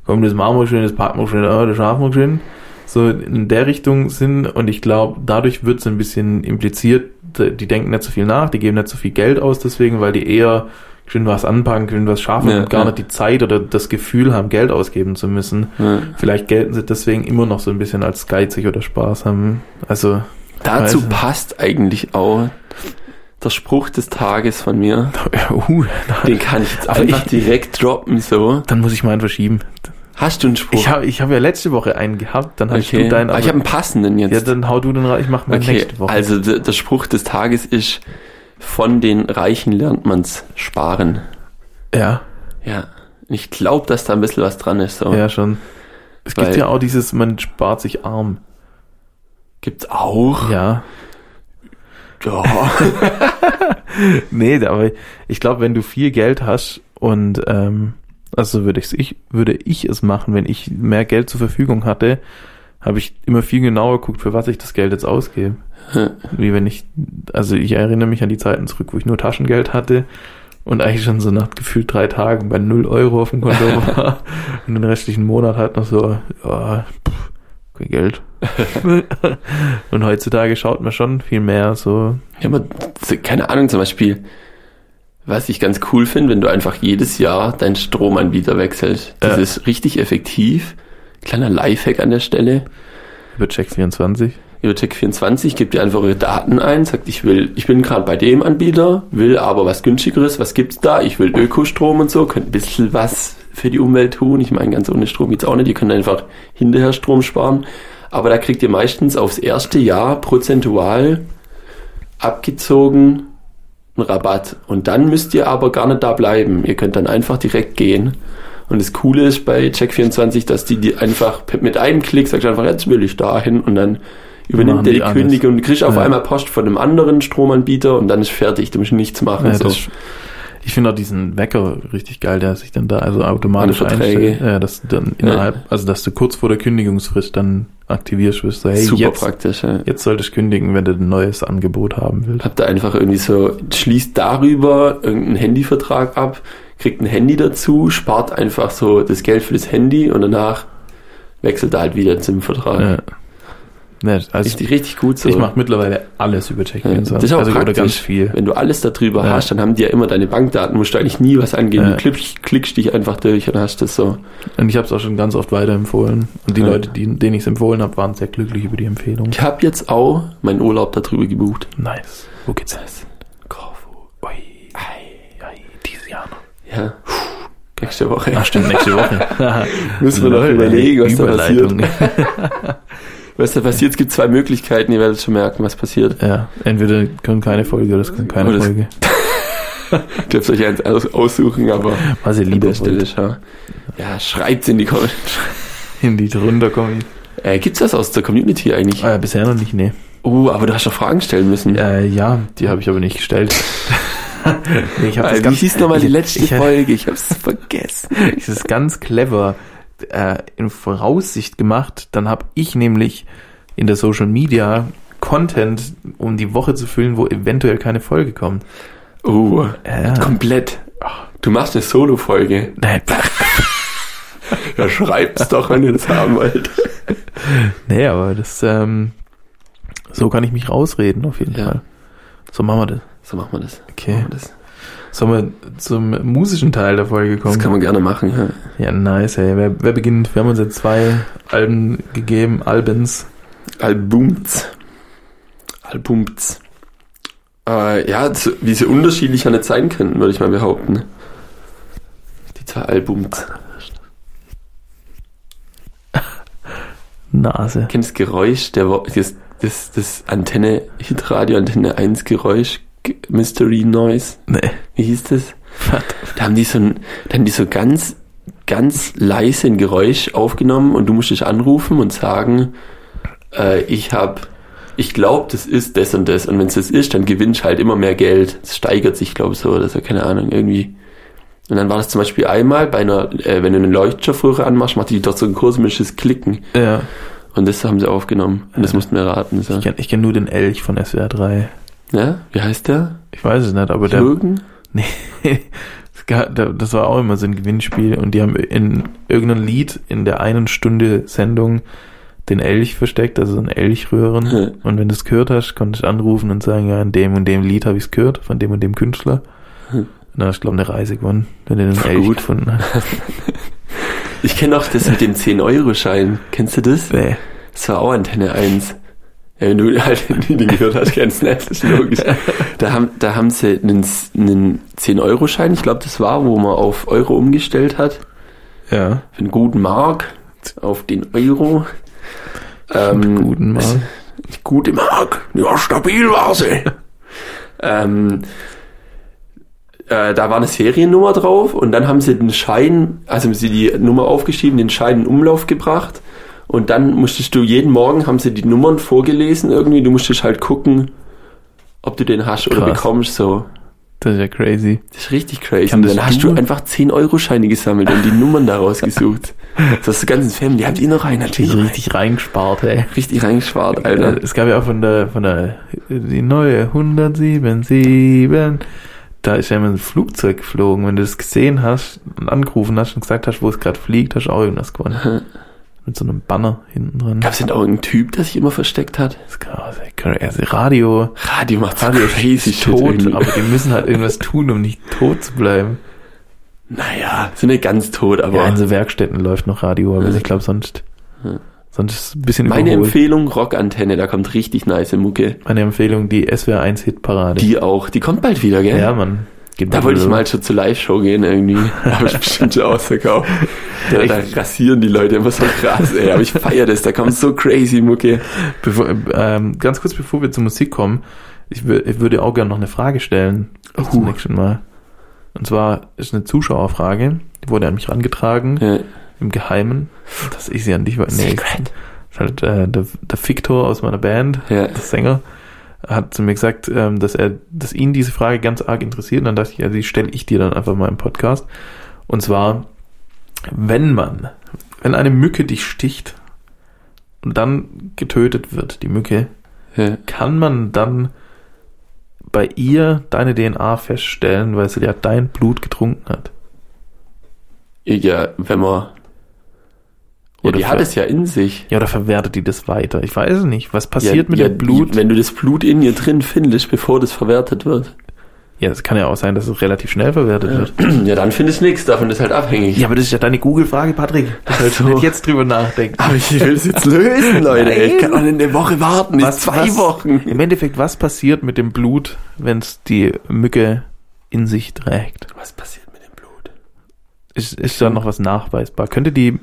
[SPEAKER 1] komm, das machen wir schön, das packen wir schön, ah, das schaffen wir schön. So in der Richtung sind und ich glaube, dadurch wird es ein bisschen impliziert, die denken nicht so viel nach, die geben nicht so viel Geld aus deswegen, weil die eher schön was anpacken, schön was schaffen
[SPEAKER 2] Ja,
[SPEAKER 1] und gar
[SPEAKER 2] ja.
[SPEAKER 1] nicht die Zeit oder das Gefühl haben, Geld ausgeben zu müssen.
[SPEAKER 2] Ja.
[SPEAKER 1] Vielleicht gelten sie deswegen immer noch so ein bisschen als geizig oder Spaß haben. Also, [LAUGHS]
[SPEAKER 2] Dazu
[SPEAKER 1] Weiß-
[SPEAKER 2] passt eigentlich auch der Spruch des Tages von mir.
[SPEAKER 1] uh,
[SPEAKER 2] Den kann ich jetzt
[SPEAKER 1] Aber
[SPEAKER 2] einfach
[SPEAKER 1] ich-
[SPEAKER 2] direkt droppen, so.
[SPEAKER 1] dann muss ich meinen verschieben.
[SPEAKER 2] Hast du einen Spruch?
[SPEAKER 1] Ich habe ich hab ja letzte Woche einen gehabt, dann hast
[SPEAKER 2] okay.
[SPEAKER 1] du deinen. Also-
[SPEAKER 2] aber ich habe einen passenden jetzt.
[SPEAKER 1] ja, dann hau du den rein, ich mache meinen
[SPEAKER 2] okay,
[SPEAKER 1] nächste Woche.
[SPEAKER 2] also der, der Spruch des Tages ist, von den Reichen lernt man's sparen.
[SPEAKER 1] ja,
[SPEAKER 2] Ja. Ich glaube, dass da ein bisschen was dran ist, so.
[SPEAKER 1] ja, schon. Es
[SPEAKER 2] Weil-
[SPEAKER 1] gibt ja auch dieses, man spart sich arm.
[SPEAKER 2] Gibt's auch.
[SPEAKER 1] Ja.
[SPEAKER 2] Ja.
[SPEAKER 1] Nee, aber ich glaube, wenn du viel Geld hast und ähm, also würde ich ich würde ich es machen, wenn ich mehr Geld zur Verfügung hatte, habe ich immer viel genauer geguckt, für was ich das Geld jetzt ausgebe.
[SPEAKER 2] Ja.
[SPEAKER 1] Wie wenn ich also ich erinnere mich an die Zeiten zurück, wo ich nur Taschengeld hatte und eigentlich schon so nach gefühlt drei Tagen bei null Euro auf dem Konto war und den restlichen Monat halt noch so ja, pff, kein Geld. [LAUGHS] und heutzutage schaut man schon viel mehr so
[SPEAKER 2] Ja, aber z- keine Ahnung, zum Beispiel, was ich ganz cool finde, wenn du einfach jedes Jahr deinen Stromanbieter wechselst. Das
[SPEAKER 1] Ja.
[SPEAKER 2] ist richtig effektiv. Kleiner Lifehack an der Stelle.
[SPEAKER 1] über Check24.
[SPEAKER 2] Über Check24 gibt ihr einfach eure Daten ein, sagt, ich will, ich bin gerade bei dem Anbieter, will aber was günstigeres, was gibt's da? Ich will Ökostrom und so, könnt ein bisschen was für die Umwelt tun. Ich meine, ganz ohne Strom geht's auch nicht, ihr könnt einfach hinterher Strom sparen. Aber da kriegt ihr meistens aufs erste Jahr prozentual abgezogen einen Rabatt. Und dann müsst ihr aber gar nicht da bleiben. Ihr könnt dann einfach direkt gehen. Und das Coole ist bei Check24, dass die, die einfach p- mit einem Klick sagt einfach, jetzt will ich da hin und dann
[SPEAKER 1] Machen
[SPEAKER 2] übernimmt
[SPEAKER 1] die
[SPEAKER 2] der die
[SPEAKER 1] alles.
[SPEAKER 2] Kündigung und du kriegst auf
[SPEAKER 1] Ja.
[SPEAKER 2] einmal Post von einem anderen Stromanbieter und dann ist fertig, du musst nichts machen.
[SPEAKER 1] Ja,
[SPEAKER 2] so.
[SPEAKER 1] das, ich finde auch diesen Wecker richtig geil, der sich dann da also automatisch
[SPEAKER 2] Alle Verträge.
[SPEAKER 1] einstellt. Ja, dass du dann innerhalb, also dass du kurz vor der Kündigungsfrist dann aktivierst, wirst so, hey,
[SPEAKER 2] Super
[SPEAKER 1] jetzt,
[SPEAKER 2] praktisch. Ja.
[SPEAKER 1] jetzt solltest du kündigen, wenn du ein neues Angebot haben willst.
[SPEAKER 2] Habt ihr einfach irgendwie so, schließt darüber irgendeinen Handyvertrag ab, kriegt ein Handy dazu, spart einfach so das Geld für das Handy und danach wechselt er halt wieder zum Vertrag.
[SPEAKER 1] Ja. Ne, also
[SPEAKER 2] Richtig, richtig gut so.
[SPEAKER 1] ich mache mittlerweile alles über Check
[SPEAKER 2] Ja,
[SPEAKER 1] 24.
[SPEAKER 2] das ist auch
[SPEAKER 1] also oder
[SPEAKER 2] praktisch.
[SPEAKER 1] ganz viel.
[SPEAKER 2] Wenn du alles darüber
[SPEAKER 1] Ja.
[SPEAKER 2] hast, dann haben die ja immer deine Bankdaten, musst du eigentlich nie was angeben.
[SPEAKER 1] Ja.
[SPEAKER 2] Du klick, klickst dich einfach durch und hast das so.
[SPEAKER 1] Und ich habe es auch schon ganz oft weiterempfohlen. Und die
[SPEAKER 2] Ja.
[SPEAKER 1] Leute, die, denen ich es empfohlen habe, waren sehr glücklich über die Empfehlung.
[SPEAKER 2] Ich habe jetzt auch meinen Urlaub darüber gebucht.
[SPEAKER 1] Nice. Wo geht's hin? Corfu. Ui. Ei. Ei. Dieses Jahr noch.
[SPEAKER 2] Ja. Puh, nächste Woche.
[SPEAKER 1] Ach stimmt, nächste Woche.
[SPEAKER 2] Müssen wir noch
[SPEAKER 1] Lol,
[SPEAKER 2] überlegen, was da
[SPEAKER 1] Überleitung.
[SPEAKER 2] passiert. Was da passiert, es gibt zwei Möglichkeiten, ihr werdet schon merken, was passiert.
[SPEAKER 1] [LAUGHS] Ja, entweder können keine Folge oder es können keine
[SPEAKER 2] Oder Oh, das-
[SPEAKER 1] Folge.
[SPEAKER 2] Ihr dürft euch eins aus- aussuchen, aber
[SPEAKER 1] Was ihr
[SPEAKER 2] an
[SPEAKER 1] lieber
[SPEAKER 2] der Stelle
[SPEAKER 1] wollt.
[SPEAKER 2] schau. Ja, schreibt's in
[SPEAKER 1] [LAUGHS]
[SPEAKER 2] die Kommentare.
[SPEAKER 1] In die drunter kommen.
[SPEAKER 2] Äh, gibt's was aus der Community eigentlich?
[SPEAKER 1] Äh, bisher noch nicht, nee.
[SPEAKER 2] Oh, aber du hast doch Fragen stellen müssen.
[SPEAKER 1] Äh, ja, die habe ich aber nicht gestellt.
[SPEAKER 2] [LAUGHS]
[SPEAKER 1] Nee, ich habe das
[SPEAKER 2] äh, wie
[SPEAKER 1] ganz,
[SPEAKER 2] hieß nochmal die letzte
[SPEAKER 1] ich-
[SPEAKER 2] Folge? Ich hab's vergessen.
[SPEAKER 1] ich [LAUGHS] das ganz clever äh, in Voraussicht gemacht. Dann habe ich nämlich in der Social Media Content, um die Woche zu füllen, wo eventuell keine Folge kommt.
[SPEAKER 2] [LAUGHS] Oh,
[SPEAKER 1] Ja.
[SPEAKER 2] komplett. Du machst eine Solo-Folge.
[SPEAKER 1] Nein,
[SPEAKER 2] Ja, schreib's doch, wenn ihr das haben wollt.
[SPEAKER 1] nee, aber das, ähm, so kann ich mich rausreden auf jeden
[SPEAKER 2] Ja.
[SPEAKER 1] Fall. So machen wir das.
[SPEAKER 2] So machen wir das.
[SPEAKER 1] Okay.
[SPEAKER 2] Machen wir das.
[SPEAKER 1] Sollen wir zum musischen Teil der Folge
[SPEAKER 2] das
[SPEAKER 1] kommen?
[SPEAKER 2] kann man gerne machen. Ja.
[SPEAKER 1] Ja, nice, ey. Wer, wer beginnt? Wir haben uns jetzt zwei Alben gegeben, Albens.
[SPEAKER 2] Albumts. Albumts. Äh, ja, zu- wie sie unterschiedlicher nicht sein können, würde ich mal behaupten. Die zwei Albumts.
[SPEAKER 1] Nase.
[SPEAKER 2] Kennst das Geräusch, der, Wo- das, das, das Antenne, Hitradio Antenne 1 Geräusch, G- Mystery Noise,
[SPEAKER 1] Nee.
[SPEAKER 2] wie hieß das?
[SPEAKER 1] Was?
[SPEAKER 2] Da haben die so, ein, da haben die so ganz, ganz leise ein Geräusch aufgenommen und du musst dich anrufen und sagen, äh, ich hab, ich glaube, das ist das und das. Und wenn es das ist, dann gewinnst halt immer mehr Geld. Es steigert sich, glaube ich, so oder so, keine Ahnung, irgendwie. Und dann war das zum Beispiel einmal bei einer, äh, wenn du eine Leuchtstoffröhre anmachst, macht die doch so ein kosmisches Klicken.
[SPEAKER 1] Ja,
[SPEAKER 2] Und das haben sie aufgenommen. Und das mussten wir raten. So.
[SPEAKER 1] ich kenne ich kenn nur den Elch von SWR 3.
[SPEAKER 2] Ja? Wie heißt der?
[SPEAKER 1] Ich weiß es nicht, aber der,
[SPEAKER 2] Jürgen?
[SPEAKER 1] [LAUGHS] es gab- der. Das war auch immer so ein Gewinnspiel und die haben in irgendein Lied in der einen Stunde Sendung den Elch versteckt, also so ein Elchröhren.
[SPEAKER 2] Ja.
[SPEAKER 1] Und wenn du es gehört hast, konntest du anrufen und sagen, ja, in dem und dem Lied habe ich es gehört, von dem und dem Künstler.
[SPEAKER 2] Hm.
[SPEAKER 1] Und dann hast du, glaube ich, eine Reise gewonnen, wenn du den
[SPEAKER 2] Voll
[SPEAKER 1] Elch
[SPEAKER 2] gut.
[SPEAKER 1] gefunden [LAUGHS] hast.
[SPEAKER 2] Ich kenne auch das mit dem 10-Euro-Schein. Kennst du das?
[SPEAKER 1] Nee.
[SPEAKER 2] Das war auch Antenne 1. Ja, wenn du halt nie den gehört hast, kennst du nicht, das ist logisch. Da haben, da haben sie einen, einen 10-Euro-Schein, ich glaube, das war, wo man auf Euro umgestellt hat.
[SPEAKER 1] Ja.
[SPEAKER 2] Für einen guten Mark auf den Euro. Ähm,
[SPEAKER 1] Guten Mal.
[SPEAKER 2] gute Mark. Ja, stabil war sie. [LAUGHS] ähm, äh, da war eine Seriennummer drauf und dann haben sie den Schein, also haben sie die Nummer aufgeschrieben, den Schein in Umlauf gebracht und dann musstest du jeden Morgen, haben sie die Nummern vorgelesen irgendwie, du musstest halt gucken, ob du den hast oder
[SPEAKER 1] Krass.
[SPEAKER 2] bekommst so.
[SPEAKER 1] Das ist ja crazy.
[SPEAKER 2] Das ist richtig crazy.
[SPEAKER 1] Kann
[SPEAKER 2] Und dann
[SPEAKER 1] das
[SPEAKER 2] hast
[SPEAKER 1] du?
[SPEAKER 2] du einfach 10-Euro-Scheine
[SPEAKER 1] [LAUGHS]
[SPEAKER 2] gesammelt und die Nummern daraus gesucht. Das hast du ganz ins Family. Habt ihr noch einen? Habt ihr noch einen?
[SPEAKER 1] Richtig reingespart, ey.
[SPEAKER 2] Richtig reingeschwart,
[SPEAKER 1] Alter.
[SPEAKER 2] Alter.
[SPEAKER 1] Äh, Es gab ja auch von der, von der, die neue 107, da ist ja immer ein Flugzeug geflogen. Wenn du das gesehen hast und angerufen hast und gesagt hast, wo es gerade fliegt, hast du auch irgendwas gewonnen. Mit so einem Banner hinten dran.
[SPEAKER 2] Gab es denn auch irgendeinen Typ, der sich immer versteckt hat?
[SPEAKER 1] Das ist krass, ey. Also Radio,
[SPEAKER 2] Radio macht so
[SPEAKER 1] Radio
[SPEAKER 2] crazy
[SPEAKER 1] ist
[SPEAKER 2] shit
[SPEAKER 1] tot,
[SPEAKER 2] irgendwie.
[SPEAKER 1] aber die müssen halt
[SPEAKER 2] [LAUGHS]
[SPEAKER 1] irgendwas tun, um nicht tot zu bleiben.
[SPEAKER 2] Naja, sind nicht ganz tot, aber
[SPEAKER 1] Ja, also in so Werkstätten läuft noch Radio, aber
[SPEAKER 2] Ja.
[SPEAKER 1] ich glaube sonst,
[SPEAKER 2] Ja.
[SPEAKER 1] sonst ist es ein bisschen
[SPEAKER 2] meine
[SPEAKER 1] überholt.
[SPEAKER 2] Empfehlung, Rockantenne, da kommt richtig nice Mucke.
[SPEAKER 1] Meine Empfehlung, die SWR1 Hitparade.
[SPEAKER 2] Die auch, die kommt bald wieder, gell?
[SPEAKER 1] ja, Mann. Geht
[SPEAKER 2] Da wollte ich mal schon zur Live-Show gehen irgendwie. Da habe ich bestimmt
[SPEAKER 1] [LAUGHS]
[SPEAKER 2] schon ausverkauft. Da, da rasieren die Leute immer so krass, ey. Aber ich feiere das, da kommt so crazy Mucke.
[SPEAKER 1] Bevor, ähm, ganz kurz bevor wir zur Musik kommen, ich, wür- ich würde auch gerne noch eine Frage stellen
[SPEAKER 2] Oh.
[SPEAKER 1] zum nächsten Mal. Und zwar ist eine Zuschauerfrage, die wurde an mich herangetragen,
[SPEAKER 2] Ja.
[SPEAKER 1] im Geheimen, dass ich sie an dich... Nee, Ist halt, äh, der, der Victor aus meiner Band,
[SPEAKER 2] Ja.
[SPEAKER 1] der Sänger, hat zu mir gesagt, ähm, dass er, dass ihn diese Frage ganz arg interessiert. Und dann dachte ich, ja, die stelle ich dir dann einfach mal im Podcast. Und zwar, wenn man, wenn eine Mücke dich sticht und dann getötet wird, die Mücke,
[SPEAKER 2] Ja.
[SPEAKER 1] kann man dann bei ihr deine DNA feststellen, weil sie ja dein Blut getrunken hat.
[SPEAKER 2] ja, wenn man Ja, die
[SPEAKER 1] Oder
[SPEAKER 2] hat
[SPEAKER 1] ver-
[SPEAKER 2] es ja in sich.
[SPEAKER 1] Ja, oder verwertet die das weiter? Ich weiß es nicht. Was passiert
[SPEAKER 2] ja,
[SPEAKER 1] mit
[SPEAKER 2] ja,
[SPEAKER 1] dem Blut?
[SPEAKER 2] Wenn du das Blut in ihr drin findest, bevor das verwertet wird.
[SPEAKER 1] Ja, das kann ja auch sein, dass es relativ schnell verwertet wird.
[SPEAKER 2] [CLEARS THROAT] Ja, dann findest du nichts, davon ist halt abhängig.
[SPEAKER 1] Ja, aber das ist ja deine Google-Frage, Patrick. Du sollst
[SPEAKER 2] so.
[SPEAKER 1] nicht jetzt drüber
[SPEAKER 2] [LAUGHS]
[SPEAKER 1] nachdenken.
[SPEAKER 2] Aber ich will es jetzt [LAUGHS] lösen, Leute.
[SPEAKER 1] Nein.
[SPEAKER 2] Ich kann doch nicht eine Woche warten, nicht zwei Wochen.
[SPEAKER 1] Im Endeffekt, was passiert mit dem Blut, wenn es die Mücke in sich trägt?
[SPEAKER 2] Was passiert mit dem Blut?
[SPEAKER 1] Ist, ist da noch was nachweisbar? Könnte die...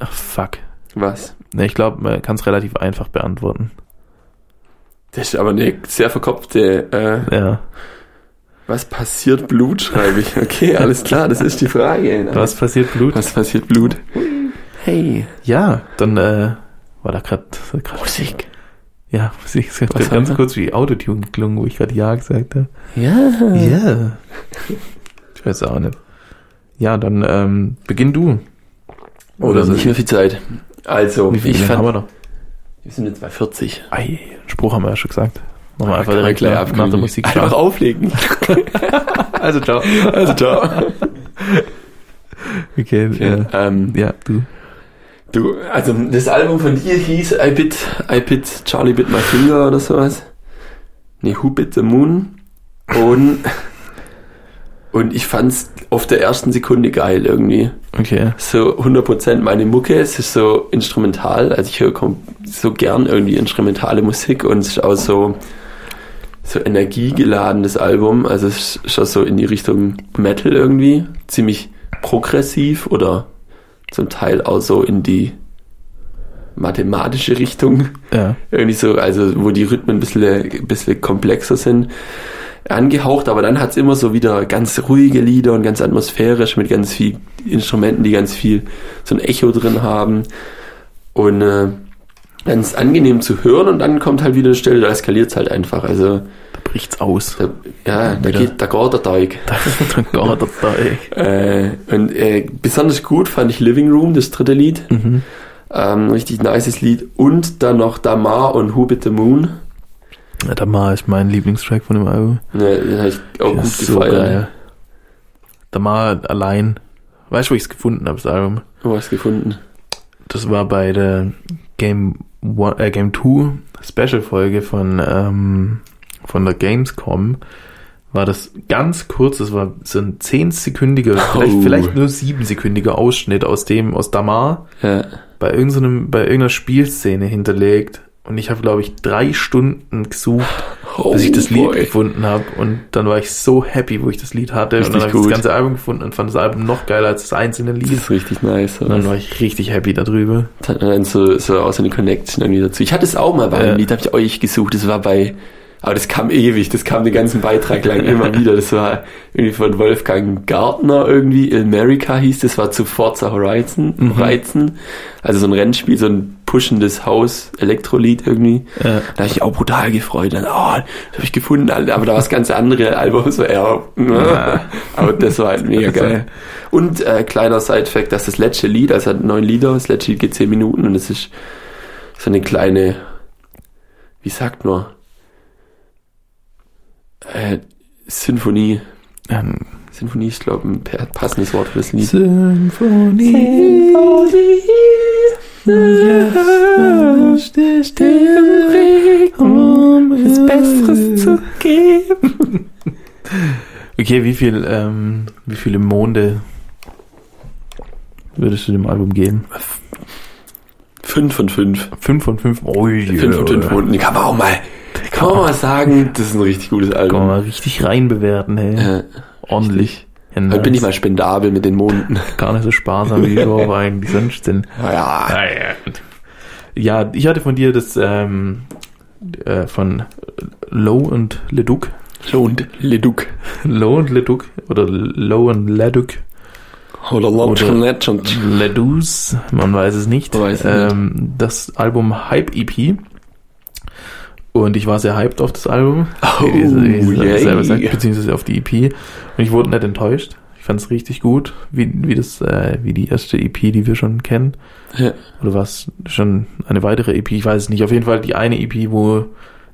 [SPEAKER 1] Ach, fuck.
[SPEAKER 2] Was?
[SPEAKER 1] Ne, ich glaube, man kann es relativ einfach beantworten.
[SPEAKER 2] Das ist aber eine sehr verkopfte, äh,
[SPEAKER 1] Ja.
[SPEAKER 2] was passiert Blut, schreibe ich. Okay, alles klar, das ist die Frage.
[SPEAKER 1] Was passiert Blut?
[SPEAKER 2] Was passiert Blut? Hey.
[SPEAKER 1] Ja, dann äh, war da gerade... Musik. Ja, Musik. Es hat
[SPEAKER 2] Was hat
[SPEAKER 1] ganz
[SPEAKER 2] er?
[SPEAKER 1] kurz wie Autotune geklungen, wo ich gerade Ja gesagt habe.
[SPEAKER 2] Ja.
[SPEAKER 1] Ja. Ich weiß auch nicht. Ja, dann ähm, beginn du.
[SPEAKER 2] Oder
[SPEAKER 1] so.
[SPEAKER 2] nicht mehr viel Zeit. Also,
[SPEAKER 1] Wie viel
[SPEAKER 2] ich
[SPEAKER 1] haben
[SPEAKER 2] fand,
[SPEAKER 1] wir noch?
[SPEAKER 2] wir sind jetzt bei 40.
[SPEAKER 1] Ei, Spruch haben wir ja schon gesagt. Machen wir einfach
[SPEAKER 2] Kann man
[SPEAKER 1] direkt nach, nach der
[SPEAKER 2] abkündigen.
[SPEAKER 1] Musik.
[SPEAKER 2] Einfach [LAUGHS] auflegen.
[SPEAKER 1] [LAUGHS] Also ciao.
[SPEAKER 2] Also, ciao.
[SPEAKER 1] Okay,
[SPEAKER 2] Okay.
[SPEAKER 1] Ja.
[SPEAKER 2] Ähm,
[SPEAKER 1] ja, du.
[SPEAKER 2] Du, also das Album von dir hieß I Bit, I Bit Charlie Bit My Finger oder sowas. Nee, Who Bit the Moon. Und, und ich fand's auf der ersten Sekunde geil irgendwie.
[SPEAKER 1] Okay.
[SPEAKER 2] So 100% meine Mucke, es ist so instrumental. Also ich höre kom- so gern irgendwie instrumentale Musik und es ist auch so, so energiegeladenes Album. Also es ist schon so in die Richtung Metal irgendwie. Ziemlich progressiv oder zum Teil auch so in die mathematische Richtung.
[SPEAKER 1] Ja.
[SPEAKER 2] Irgendwie so, also wo die Rhythmen ein bisschen, ein bisschen komplexer sind, angehaucht, aber dann hat's immer so wieder ganz ruhige Lieder und ganz atmosphärisch mit ganz viel Instrumenten, die ganz viel so ein Echo drin haben. Und äh, ganz angenehm zu hören und dann kommt halt wieder eine Stelle, da eskaliert's halt einfach. Also
[SPEAKER 1] Da bricht's [LAUGHS] aus.
[SPEAKER 2] da, ja, da
[SPEAKER 1] Wieder.
[SPEAKER 2] geht da geht der Teig.
[SPEAKER 1] Dann Oh Gott, der Teig.
[SPEAKER 2] Äh, und äh, besonders gut fand ich Living Room, das dritte Lied.
[SPEAKER 1] Mhm.
[SPEAKER 2] Ähm, richtig nices Lied. Und dann noch Damar und Who Bit the Moon.
[SPEAKER 1] Ja, da mal ist mein Lieblingstrack von dem Album.
[SPEAKER 2] Ne, den habe ich auch
[SPEAKER 1] Der
[SPEAKER 2] gut
[SPEAKER 1] ist so
[SPEAKER 2] gefeiert.
[SPEAKER 1] geil. Da mal allein. Weißt du, wo ich's gefunden habe, das Album?
[SPEAKER 2] Wo hast du gefunden?
[SPEAKER 1] Das war bei der Game One, äh, Game 2 Special Folge von ähm, von der Gamescom. War das ganz kurz, das war so ein 10-sekündiger, vielleicht,
[SPEAKER 2] Oh.
[SPEAKER 1] vielleicht nur 7-sekündiger Ausschnitt aus dem, aus Damar,
[SPEAKER 2] Ja.
[SPEAKER 1] bei irgendeinem, bei irgendeiner Spielszene hinterlegt. Und ich habe, glaube ich, drei Stunden gesucht,
[SPEAKER 2] Oh,
[SPEAKER 1] bis ich das Lied
[SPEAKER 2] boy.
[SPEAKER 1] gefunden habe. Und dann war ich so happy, wo ich das Lied hatte.
[SPEAKER 2] Richtig
[SPEAKER 1] und dann habe ich
[SPEAKER 2] gut.
[SPEAKER 1] das ganze Album gefunden und fand das Album noch geiler als das einzelne
[SPEAKER 2] Das
[SPEAKER 1] Lied.
[SPEAKER 2] ist richtig nice.
[SPEAKER 1] Und dann war ich richtig happy darüber.
[SPEAKER 2] Hat man dann Äh, so, so auch so eine Connection irgendwie dazu. Ich hatte es auch mal bei
[SPEAKER 1] Ja.
[SPEAKER 2] einem Lied, habe ich euch gesucht. Das war bei, aber das kam ewig, das kam den ganzen Beitrag lang
[SPEAKER 1] [LAUGHS]
[SPEAKER 2] immer wieder. Das war irgendwie von Wolfgang Gartner irgendwie, America hieß das, war zu Forza Horizon,
[SPEAKER 1] Mhm.
[SPEAKER 2] Horizon. Also so ein Rennspiel, so ein pushendes Haus-Elektrolied irgendwie.
[SPEAKER 1] Ja.
[SPEAKER 2] Da habe ich mich auch brutal gefreut. Dann, oh, das habe ich gefunden. Aber da war das ganze andere Album so ne? eher.
[SPEAKER 1] Ja.
[SPEAKER 2] Aber [LAUGHS] das war halt mega geil. Und äh, kleiner Side-Fact, dass das letzte Lied, also es hat neun Lieder, das letzte Lied geht zehn Minuten und es ist so eine kleine, wie sagt man, äh, Sinfonie.
[SPEAKER 1] Ähm,
[SPEAKER 2] Sinfonie ist, glaube ich, ein passendes Wort für das Lied.
[SPEAKER 1] Symphonie. Jetzt ist der Weg, um es Besseres zu
[SPEAKER 2] geben.
[SPEAKER 1] Okay, wie viel, ähm, wie viele Monde würdest du dem Album geben?
[SPEAKER 2] Fünf von fünf.
[SPEAKER 1] Fünf von fünf. Oh, yeah.
[SPEAKER 2] Fünf und fünf Runden, kann man auch mal, kann man mal sagen, das ist ein richtig gutes
[SPEAKER 1] Kann man
[SPEAKER 2] Album.
[SPEAKER 1] mal richtig reinbewerten, hey.
[SPEAKER 2] Äh,
[SPEAKER 1] Ordentlich. Ja,
[SPEAKER 2] heute Halt bin ich mal spendabel mit den Monden.
[SPEAKER 1] gar nicht so sparsam, wie die Leute [LAUGHS] eigentlich sonst sind.
[SPEAKER 2] Ja,
[SPEAKER 1] Naja. Ah, Ja, ich hatte von dir das ähm, äh, von Low und Leduc. [LAUGHS]
[SPEAKER 2] lohnt Leduc.
[SPEAKER 1] Low und Leduc oder Low und Leduc.
[SPEAKER 2] Oder Lord
[SPEAKER 1] Oder-
[SPEAKER 2] Legend.
[SPEAKER 1] Ledus, man weiß es nicht.
[SPEAKER 2] Man weiß es
[SPEAKER 1] ähm, Das Album Hype EP. Und ich war sehr hyped auf das Album,
[SPEAKER 2] Oh,
[SPEAKER 1] wie es- wie es
[SPEAKER 2] yay.
[SPEAKER 1] selber sagt, beziehungsweise auf die EP. Und ich wurde nicht enttäuscht. Ich fand es richtig gut, wie, wie das, äh, wie die erste EP, die wir schon kennen.
[SPEAKER 2] Ja.
[SPEAKER 1] Oder war es schon eine weitere EP? Ich weiß es nicht. Auf jeden Fall die eine EP, wo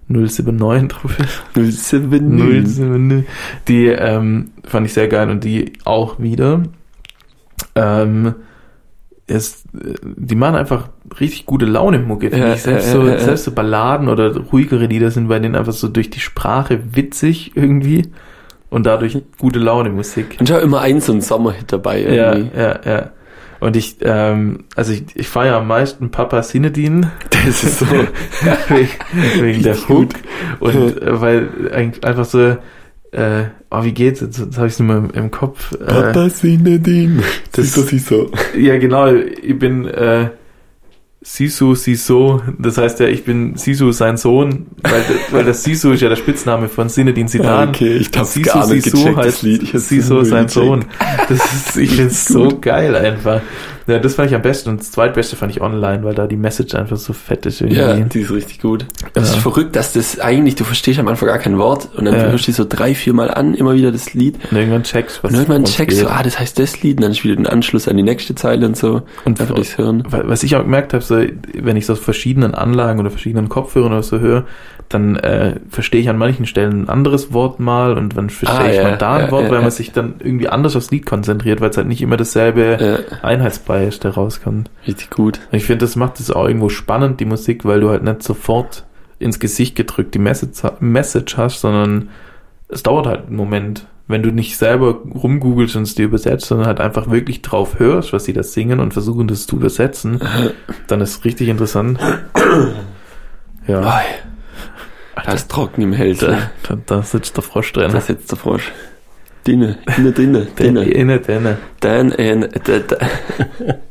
[SPEAKER 1] 079 drauf
[SPEAKER 2] [LAUGHS]
[SPEAKER 1] ist.
[SPEAKER 2] 070.
[SPEAKER 1] 079. Die ähm, fand ich sehr geil und die auch wieder. Ähm, ist, äh, die machen einfach richtig gute Laune Mucke. finde
[SPEAKER 2] Ja,
[SPEAKER 1] ich. Selbst,
[SPEAKER 2] ja,
[SPEAKER 1] so,
[SPEAKER 2] ja, ja.
[SPEAKER 1] selbst so Balladen oder ruhigere Lieder sind bei denen einfach so durch die Sprache witzig irgendwie und dadurch gute Laune Musik.
[SPEAKER 2] Und ich habe immer einen so einen Sommerhit dabei
[SPEAKER 1] Ja,
[SPEAKER 2] irgendwie.
[SPEAKER 1] ja, ja. Und ich, ähm, also ich, ich feiere am meisten Papa Sinedin.
[SPEAKER 2] Das ist [LAUGHS] so.
[SPEAKER 1] wegen, wegen der
[SPEAKER 2] Richtig
[SPEAKER 1] Hook.
[SPEAKER 2] gut.
[SPEAKER 1] Und äh, weil eigentlich einfach so, äh, oh, wie geht's jetzt? Jetzt habe ich es nur mal im, im Kopf. Äh,
[SPEAKER 2] Sinedin.
[SPEAKER 1] Das-
[SPEAKER 2] Das ist ich so.
[SPEAKER 1] ja, genau, ich bin äh, Sisu Siso. Das heißt ja, ich bin Sisu sein Sohn, weil, weil das Sisu ist ja der Spitzname von Sinedin Sidan.
[SPEAKER 2] Ah, Okay, ich hab's
[SPEAKER 1] Sisu
[SPEAKER 2] gar nicht
[SPEAKER 1] Siso
[SPEAKER 2] gecheckt, das
[SPEAKER 1] heißt
[SPEAKER 2] Lied. Ich hab's
[SPEAKER 1] Siso
[SPEAKER 2] null
[SPEAKER 1] sein
[SPEAKER 2] gecheckt.
[SPEAKER 1] Sohn. Das ist,
[SPEAKER 2] [LAUGHS]
[SPEAKER 1] ich find's so geil einfach. Ja, das fand ich am besten und das zweitbeste fand ich online, weil da die Message einfach so fett ist irgendwie.
[SPEAKER 2] Ja, die ist richtig gut. Das
[SPEAKER 1] Ja.
[SPEAKER 2] ist verrückt, dass das eigentlich, du verstehst am Anfang gar kein Wort und dann
[SPEAKER 1] Ja.
[SPEAKER 2] hörst du so drei, vier Mal an, immer wieder das Lied.
[SPEAKER 1] Und irgendwann checkst, was
[SPEAKER 2] Und irgendwann
[SPEAKER 1] worum es
[SPEAKER 2] checkst du,
[SPEAKER 1] geht.
[SPEAKER 2] ah, das heißt das Lied, und dann ist wieder den Anschluss an die nächste Zeile und so.
[SPEAKER 1] Und-
[SPEAKER 2] einfach durchs Hören.
[SPEAKER 1] Weil- Was ich auch gemerkt habe, so, wenn ich so aus verschiedenen Anlagen oder verschiedenen Kopfhörern oder so höre, dann äh, verstehe ich an manchen Stellen ein anderes Wort mal und dann verstehe
[SPEAKER 2] Ah,
[SPEAKER 1] ich
[SPEAKER 2] ja,
[SPEAKER 1] mal da ein
[SPEAKER 2] ja,
[SPEAKER 1] Wort,
[SPEAKER 2] ja,
[SPEAKER 1] weil
[SPEAKER 2] ja.
[SPEAKER 1] man sich dann irgendwie anders aufs Lied konzentriert, weil es halt nicht immer dasselbe
[SPEAKER 2] Ja,
[SPEAKER 1] Einheitsbrei ist, der rauskommt.
[SPEAKER 2] richtig gut.
[SPEAKER 1] Und ich finde, das macht es auch irgendwo spannend, die Musik, weil du halt nicht sofort ins Gesicht gedrückt die Message, Message hast, sondern es dauert halt einen Moment. Wenn du nicht selber rumgoogelst und es dir übersetzt, sondern halt einfach wirklich drauf hörst, was sie da singen und versuchen, das zu übersetzen, dann ist es richtig interessant. Ja,
[SPEAKER 2] Ah, da ist trocken im Hals.
[SPEAKER 1] da,
[SPEAKER 2] ne?
[SPEAKER 1] da, da sitzt der Frosch drin.
[SPEAKER 2] Da sitzt der Frosch. Dinne, inne, [LAUGHS] dinne, dinne.
[SPEAKER 1] Inne, inne.
[SPEAKER 2] eh- Dann in. Da, da. [LAUGHS]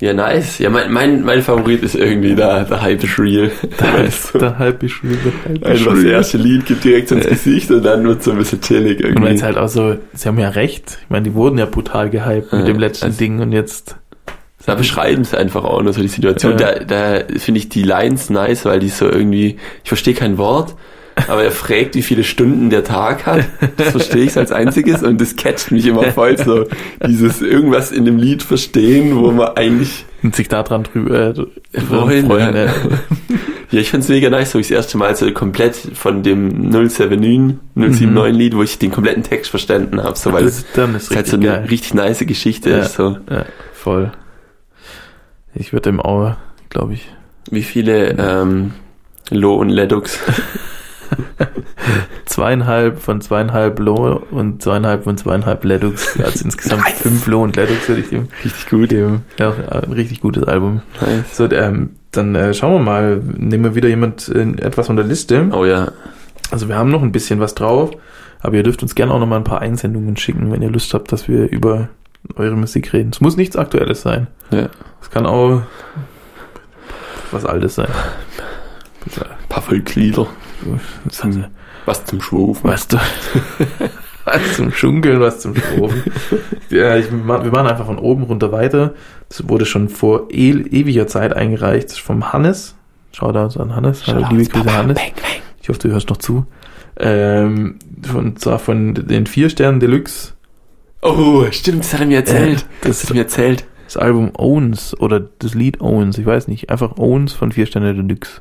[SPEAKER 2] Ja, nice. Ja, mein, mein, mein Favorit ist irgendwie da, der Hype is real. [LAUGHS] Weißt du?
[SPEAKER 1] Der halbe Schwule, der halbe
[SPEAKER 2] Einfach das
[SPEAKER 1] Schwule.
[SPEAKER 2] erste Lied geht direkt ins Gesicht und dann wird so ein bisschen chillig
[SPEAKER 1] Und weil
[SPEAKER 2] irgendwie.
[SPEAKER 1] es halt auch so, sie haben ja recht. Ich meine, die wurden ja brutal gehypt mit
[SPEAKER 2] Ja,
[SPEAKER 1] dem letzten
[SPEAKER 2] also-
[SPEAKER 1] Ding und jetzt.
[SPEAKER 2] da beschreiben sie einfach auch nur so die Situation.
[SPEAKER 1] Ja.
[SPEAKER 2] Da, da finde ich die Lines nice, weil die so irgendwie, ich verstehe kein Wort, aber er fragt, wie viele Stunden der Tag hat. Das verstehe ich als einziges und das catcht mich immer voll so. Dieses irgendwas in dem Lied verstehen, wo man eigentlich
[SPEAKER 1] Und sich daran drüber äh,
[SPEAKER 2] Freuen,
[SPEAKER 1] freuen,
[SPEAKER 2] ja.
[SPEAKER 1] äh,
[SPEAKER 2] Ja, ich find's mega nice, wo ich das erste Mal so komplett von dem 079, 079 Lied, wo ich den kompletten Text verstanden hab, so [LAUGHS] weil
[SPEAKER 1] Mhm. das,
[SPEAKER 2] es
[SPEAKER 1] dann ist
[SPEAKER 2] halt
[SPEAKER 1] richtig
[SPEAKER 2] so eine
[SPEAKER 1] geil.
[SPEAKER 2] richtig nice Geschichte
[SPEAKER 1] Ja.
[SPEAKER 2] ist. So.
[SPEAKER 1] Ja, voll. Ich würde dem auch, glaube ich.
[SPEAKER 2] Wie viele ähm, Lo
[SPEAKER 1] [LAUGHS]
[SPEAKER 2] und Ledox.
[SPEAKER 1] Zweieinhalb von zweieinhalb Loh und zweieinhalb von zweieinhalb
[SPEAKER 2] [LAUGHS]
[SPEAKER 1] Ledux. Also insgesamt
[SPEAKER 2] Nice.
[SPEAKER 1] fünf Loh und Ledux würde ich dem.
[SPEAKER 2] Richtig gut.
[SPEAKER 1] dem ja, ein richtig gutes Album.
[SPEAKER 2] Nice.
[SPEAKER 1] So, ähm, dann äh, schauen wir mal. Nehmen wir wieder jemand äh, etwas von der Liste.
[SPEAKER 2] Oh ja.
[SPEAKER 1] Also wir haben noch ein bisschen was drauf, aber ihr dürft uns gerne auch noch mal ein paar Einsendungen schicken, wenn ihr Lust habt, dass wir über eure Musik reden. Es muss nichts Aktuelles sein.
[SPEAKER 2] Ja.
[SPEAKER 1] Es kann auch was Altes sein.
[SPEAKER 2] Ein paar Volkslieder. Was zum Schwufen.
[SPEAKER 1] Was du? [LAUGHS] Was zum Schunkeln, was zum Schroben. ja, ich, ma- wir machen einfach von oben runter weiter. Das wurde schon vor e ewiger Zeit eingereicht. Das ist vom Hannes. Shoutouts an Hannes. Hallo, liebe Grüße, Hannes. Ich hoffe, du hörst noch zu. Ähm, und zwar von den vier Sternen Deluxe.
[SPEAKER 2] Oh, stimmt, das hat er mir erzählt.
[SPEAKER 1] Äh,
[SPEAKER 2] das
[SPEAKER 1] das-
[SPEAKER 2] hat er mir erzählt.
[SPEAKER 1] Das Album Owns oder das Lied Owns, ich weiß nicht, einfach Owns von vier Sterne Deluxe.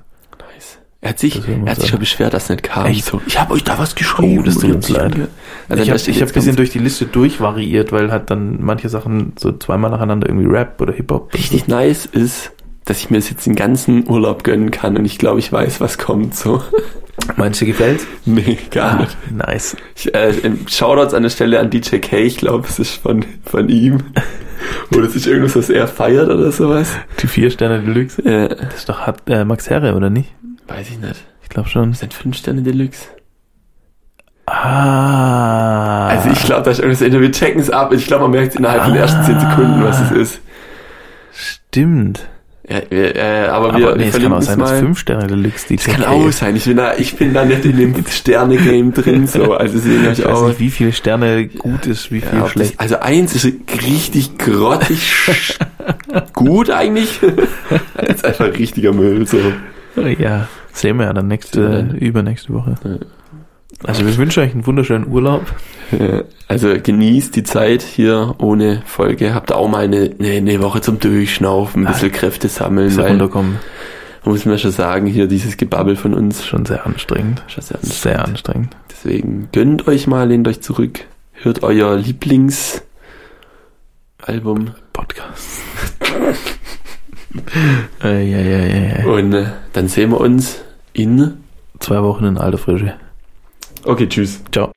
[SPEAKER 2] Nice. Er hat sich,
[SPEAKER 1] Das hören wir
[SPEAKER 2] er
[SPEAKER 1] uns
[SPEAKER 2] hat sich
[SPEAKER 1] an.
[SPEAKER 2] schon beschwert, dass es nicht kam.
[SPEAKER 1] Echt?
[SPEAKER 2] So, ich habe euch da was geschrieben.
[SPEAKER 1] Oh, das tut
[SPEAKER 2] und
[SPEAKER 1] uns
[SPEAKER 2] ich-
[SPEAKER 1] leid.
[SPEAKER 2] Also
[SPEAKER 1] ich habe
[SPEAKER 2] das steht
[SPEAKER 1] hab ein
[SPEAKER 2] jetzt
[SPEAKER 1] bisschen
[SPEAKER 2] ganz-
[SPEAKER 1] durch die Liste durchvariiert, weil halt dann manche Sachen so zweimal nacheinander irgendwie Rap oder Hip-Hop.
[SPEAKER 2] richtig nice ist, dass ich mir das jetzt den ganzen Urlaub gönnen kann und ich glaube, ich weiß, was kommt.
[SPEAKER 1] [LAUGHS]
[SPEAKER 2] So.
[SPEAKER 1] Manche gefällt.
[SPEAKER 2] Nee, gar
[SPEAKER 1] Ah,
[SPEAKER 2] nicht.
[SPEAKER 1] [LAUGHS] nice.
[SPEAKER 2] Ich, äh, ähm, Shoutouts an der Stelle an DJ K, ich glaube, es ist von,
[SPEAKER 1] [LAUGHS]
[SPEAKER 2] von ihm. Oder es ist irgendwas, was er feiert oder sowas.
[SPEAKER 1] Die vier Sterne Deluxe.
[SPEAKER 2] Äh,
[SPEAKER 1] Das ist doch hat, äh, Max Herre, oder nicht?
[SPEAKER 2] weiß ich nicht.
[SPEAKER 1] Ich glaube schon.
[SPEAKER 2] Sind 5 Sterne Deluxe?
[SPEAKER 1] Ah.
[SPEAKER 2] Also ich glaube, da ist irgendwas dahinter. Wir checken es ab. Ich glaube, man merkt innerhalb von den ersten 10 Sekunden, was es ist.
[SPEAKER 1] Stimmt.
[SPEAKER 2] Ja, wir, äh, aber
[SPEAKER 1] Aber
[SPEAKER 2] wir,
[SPEAKER 1] nee,
[SPEAKER 2] wir
[SPEAKER 1] es kann
[SPEAKER 2] verlinken
[SPEAKER 1] auch
[SPEAKER 2] es
[SPEAKER 1] sein, dass
[SPEAKER 2] mal.
[SPEAKER 1] fünf Sterne Deluxe die
[SPEAKER 2] Das kann auch sein. Ich bin, da, ich bin da nicht in [LAUGHS] dem Sterne-Game drin. So. Also deswegen habe
[SPEAKER 1] Ich
[SPEAKER 2] ich
[SPEAKER 1] weiß
[SPEAKER 2] auch...
[SPEAKER 1] nicht, wie viele Sterne gut ist, wie viel
[SPEAKER 2] Ja, ob
[SPEAKER 1] schlecht.
[SPEAKER 2] das, also eins ist richtig grottig [LAUGHS] sch- gut [LAUGHS] eigentlich. Das ist einfach richtiger Müll. So.
[SPEAKER 1] Ja, sehen wir ja dann
[SPEAKER 2] Sehen wir
[SPEAKER 1] nächste,
[SPEAKER 2] dann.
[SPEAKER 1] übernächste Woche.
[SPEAKER 2] Ja.
[SPEAKER 1] Also wir wünschen euch einen wunderschönen Urlaub.
[SPEAKER 2] Ja, Also genießt die Zeit hier ohne Folge. Habt auch mal eine, eine, eine Woche zum Durchschnaufen, ein bisschen Kräfte sammeln,
[SPEAKER 1] Bisschen
[SPEAKER 2] weil man
[SPEAKER 1] runterkommen.
[SPEAKER 2] muss man schon sagen, hier dieses Gebabbel von uns
[SPEAKER 1] Schon sehr anstrengend.
[SPEAKER 2] schon sehr anstrengend.
[SPEAKER 1] Sehr anstrengend.
[SPEAKER 2] Deswegen gönnt euch mal, lehnt euch zurück, hört euer Lieblingsalbum. [LAUGHS]
[SPEAKER 1] Podcast. Äh, ja, ja, ja, ja.
[SPEAKER 2] Und äh, dann sehen wir uns in.
[SPEAKER 1] Zwei Wochen in alter Frische.
[SPEAKER 2] Okay, tschüss.
[SPEAKER 1] Ciao.